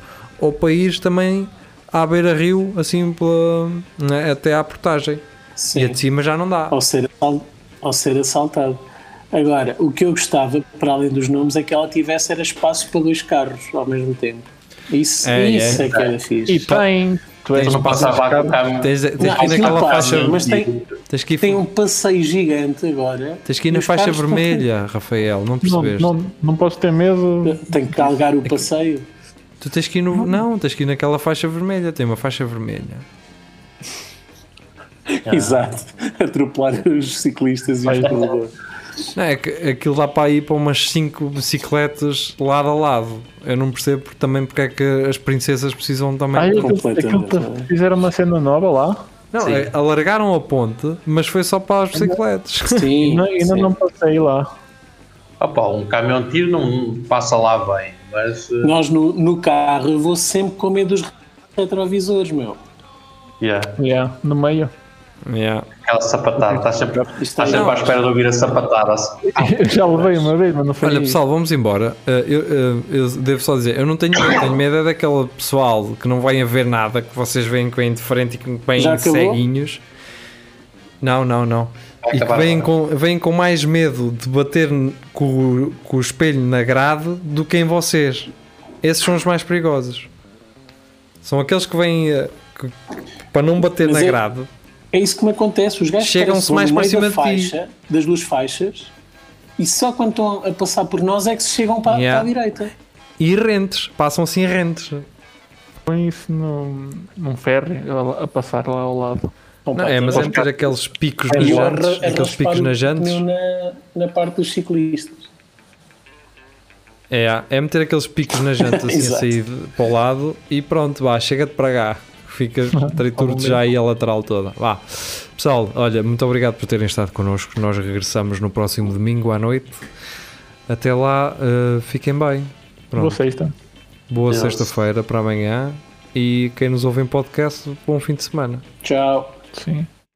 Speaker 3: ou para ir também né, à beira-rio, assim pela, não é? até à portagem.
Speaker 2: Sim.
Speaker 3: E a de cima já não dá.
Speaker 2: ao ser, assal- ao ser assaltado. Agora, o que eu gostava, para além dos nomes, é que ela tivesse era espaço para dois carros ao mesmo tempo. Isso
Speaker 3: É,
Speaker 2: é, isso é, que era
Speaker 5: E
Speaker 2: fixe.
Speaker 5: tem. Tu és um
Speaker 3: Tens
Speaker 4: Não passava um a colocar
Speaker 3: Tens, tens
Speaker 2: Não,
Speaker 3: que ir
Speaker 2: aquilo
Speaker 3: naquela
Speaker 2: passa,
Speaker 3: faixa.
Speaker 2: mas tem,
Speaker 3: Tens que ir,
Speaker 2: tem um passeio gigante agora.
Speaker 3: tens que ir na
Speaker 2: E os
Speaker 3: faixa
Speaker 2: carros estão-
Speaker 3: vermelha, Rafael. Não
Speaker 5: Não,
Speaker 3: percebeste?
Speaker 5: não, não posso ter medo.
Speaker 2: Tem que galgar o passeio.
Speaker 3: Tu tens que ir no. Não, tens que ir naquela faixa vermelha. Tem uma faixa vermelha.
Speaker 2: Ah. Exato. Atropelar os ciclistas e os corredores.
Speaker 3: Não, é que aquilo dá para ir para umas 5 bicicletas lado a lado. Eu não percebo por- também porque é que as princesas precisam também.
Speaker 5: Ai, aquilo,
Speaker 2: completamente,
Speaker 5: aquilo
Speaker 2: não é?
Speaker 5: fizeram uma cena nova lá
Speaker 3: não,
Speaker 4: sim.
Speaker 3: é- alargaram a ponte, mas foi só para as bicicletas.
Speaker 5: e
Speaker 2: Sim,
Speaker 5: não- ainda
Speaker 2: sim.
Speaker 5: não passei lá.
Speaker 4: Opa, um caminhão de tiro não passa lá bem, mas. eh,
Speaker 2: Nós no, no carro eu vou sempre com medo dos retrovisores, meu.
Speaker 4: yeah,
Speaker 5: Yeah, no meio.
Speaker 3: Yeah.
Speaker 4: Aquela sapatada, estás sempre, estás sempre
Speaker 2: não.
Speaker 4: à espera de ouvir a sapatada. assim.
Speaker 5: Eu já levei uma vez, mas não foi.
Speaker 3: Ah. Olha pessoal, vamos embora. Uh, eu, uh, eu devo só dizer, eu não tenho medo, tenho medo é daquela pessoal que não vai a ver nada, que vocês veem que vem de frente e que
Speaker 2: Já
Speaker 3: vêm
Speaker 2: acabou?
Speaker 3: ceguinhos. Não, não, não.
Speaker 4: Vai
Speaker 3: E que
Speaker 4: acabar
Speaker 3: vêm com,
Speaker 4: agora.
Speaker 3: vêm com mais medo de bater n- com, o- com o espelho na grade do que em vocês. Esses são os mais perigosos. São aqueles que vêm uh, que- que- para não bater
Speaker 2: Mas
Speaker 3: na
Speaker 2: eu-
Speaker 3: grade.
Speaker 2: É isso que me acontece. Os gajos
Speaker 3: Chegam-se
Speaker 2: parecem
Speaker 3: mais
Speaker 2: no meio
Speaker 3: para
Speaker 2: da
Speaker 3: cima de ti.
Speaker 2: faixa, das duas faixas, e só quando estão a passar por nós é que se chegam para,
Speaker 3: Yeah.
Speaker 2: para a direita.
Speaker 3: E rentes, passam assim rentes.
Speaker 5: Põe isso num, num ferry a, a passar lá ao lado.
Speaker 3: Não, é, mas é meter aqueles picos
Speaker 4: É
Speaker 3: nas
Speaker 2: E eu a,
Speaker 3: jantes,
Speaker 2: a
Speaker 3: É aqueles
Speaker 2: raspar
Speaker 3: picos
Speaker 2: o
Speaker 3: nas jantes.
Speaker 2: pneu na, na parte dos ciclistas.
Speaker 3: É, é meter aqueles picos na janta assim a
Speaker 2: Exato.
Speaker 3: sair de- para o lado e pronto, vá, chega-te para cá. Ficas triturte já aí a lateral toda. Vá. Pessoal, olha, muito obrigado por terem estado connosco. Nós regressamos no próximo domingo à noite. Até lá, eh, fiquem bem. Pronto.
Speaker 5: Boa sexta.
Speaker 3: Boa
Speaker 4: Deus.
Speaker 3: sexta-feira para amanhã. E quem nos ouve em podcast, bom fim de semana.
Speaker 2: Tchau.
Speaker 5: Sim.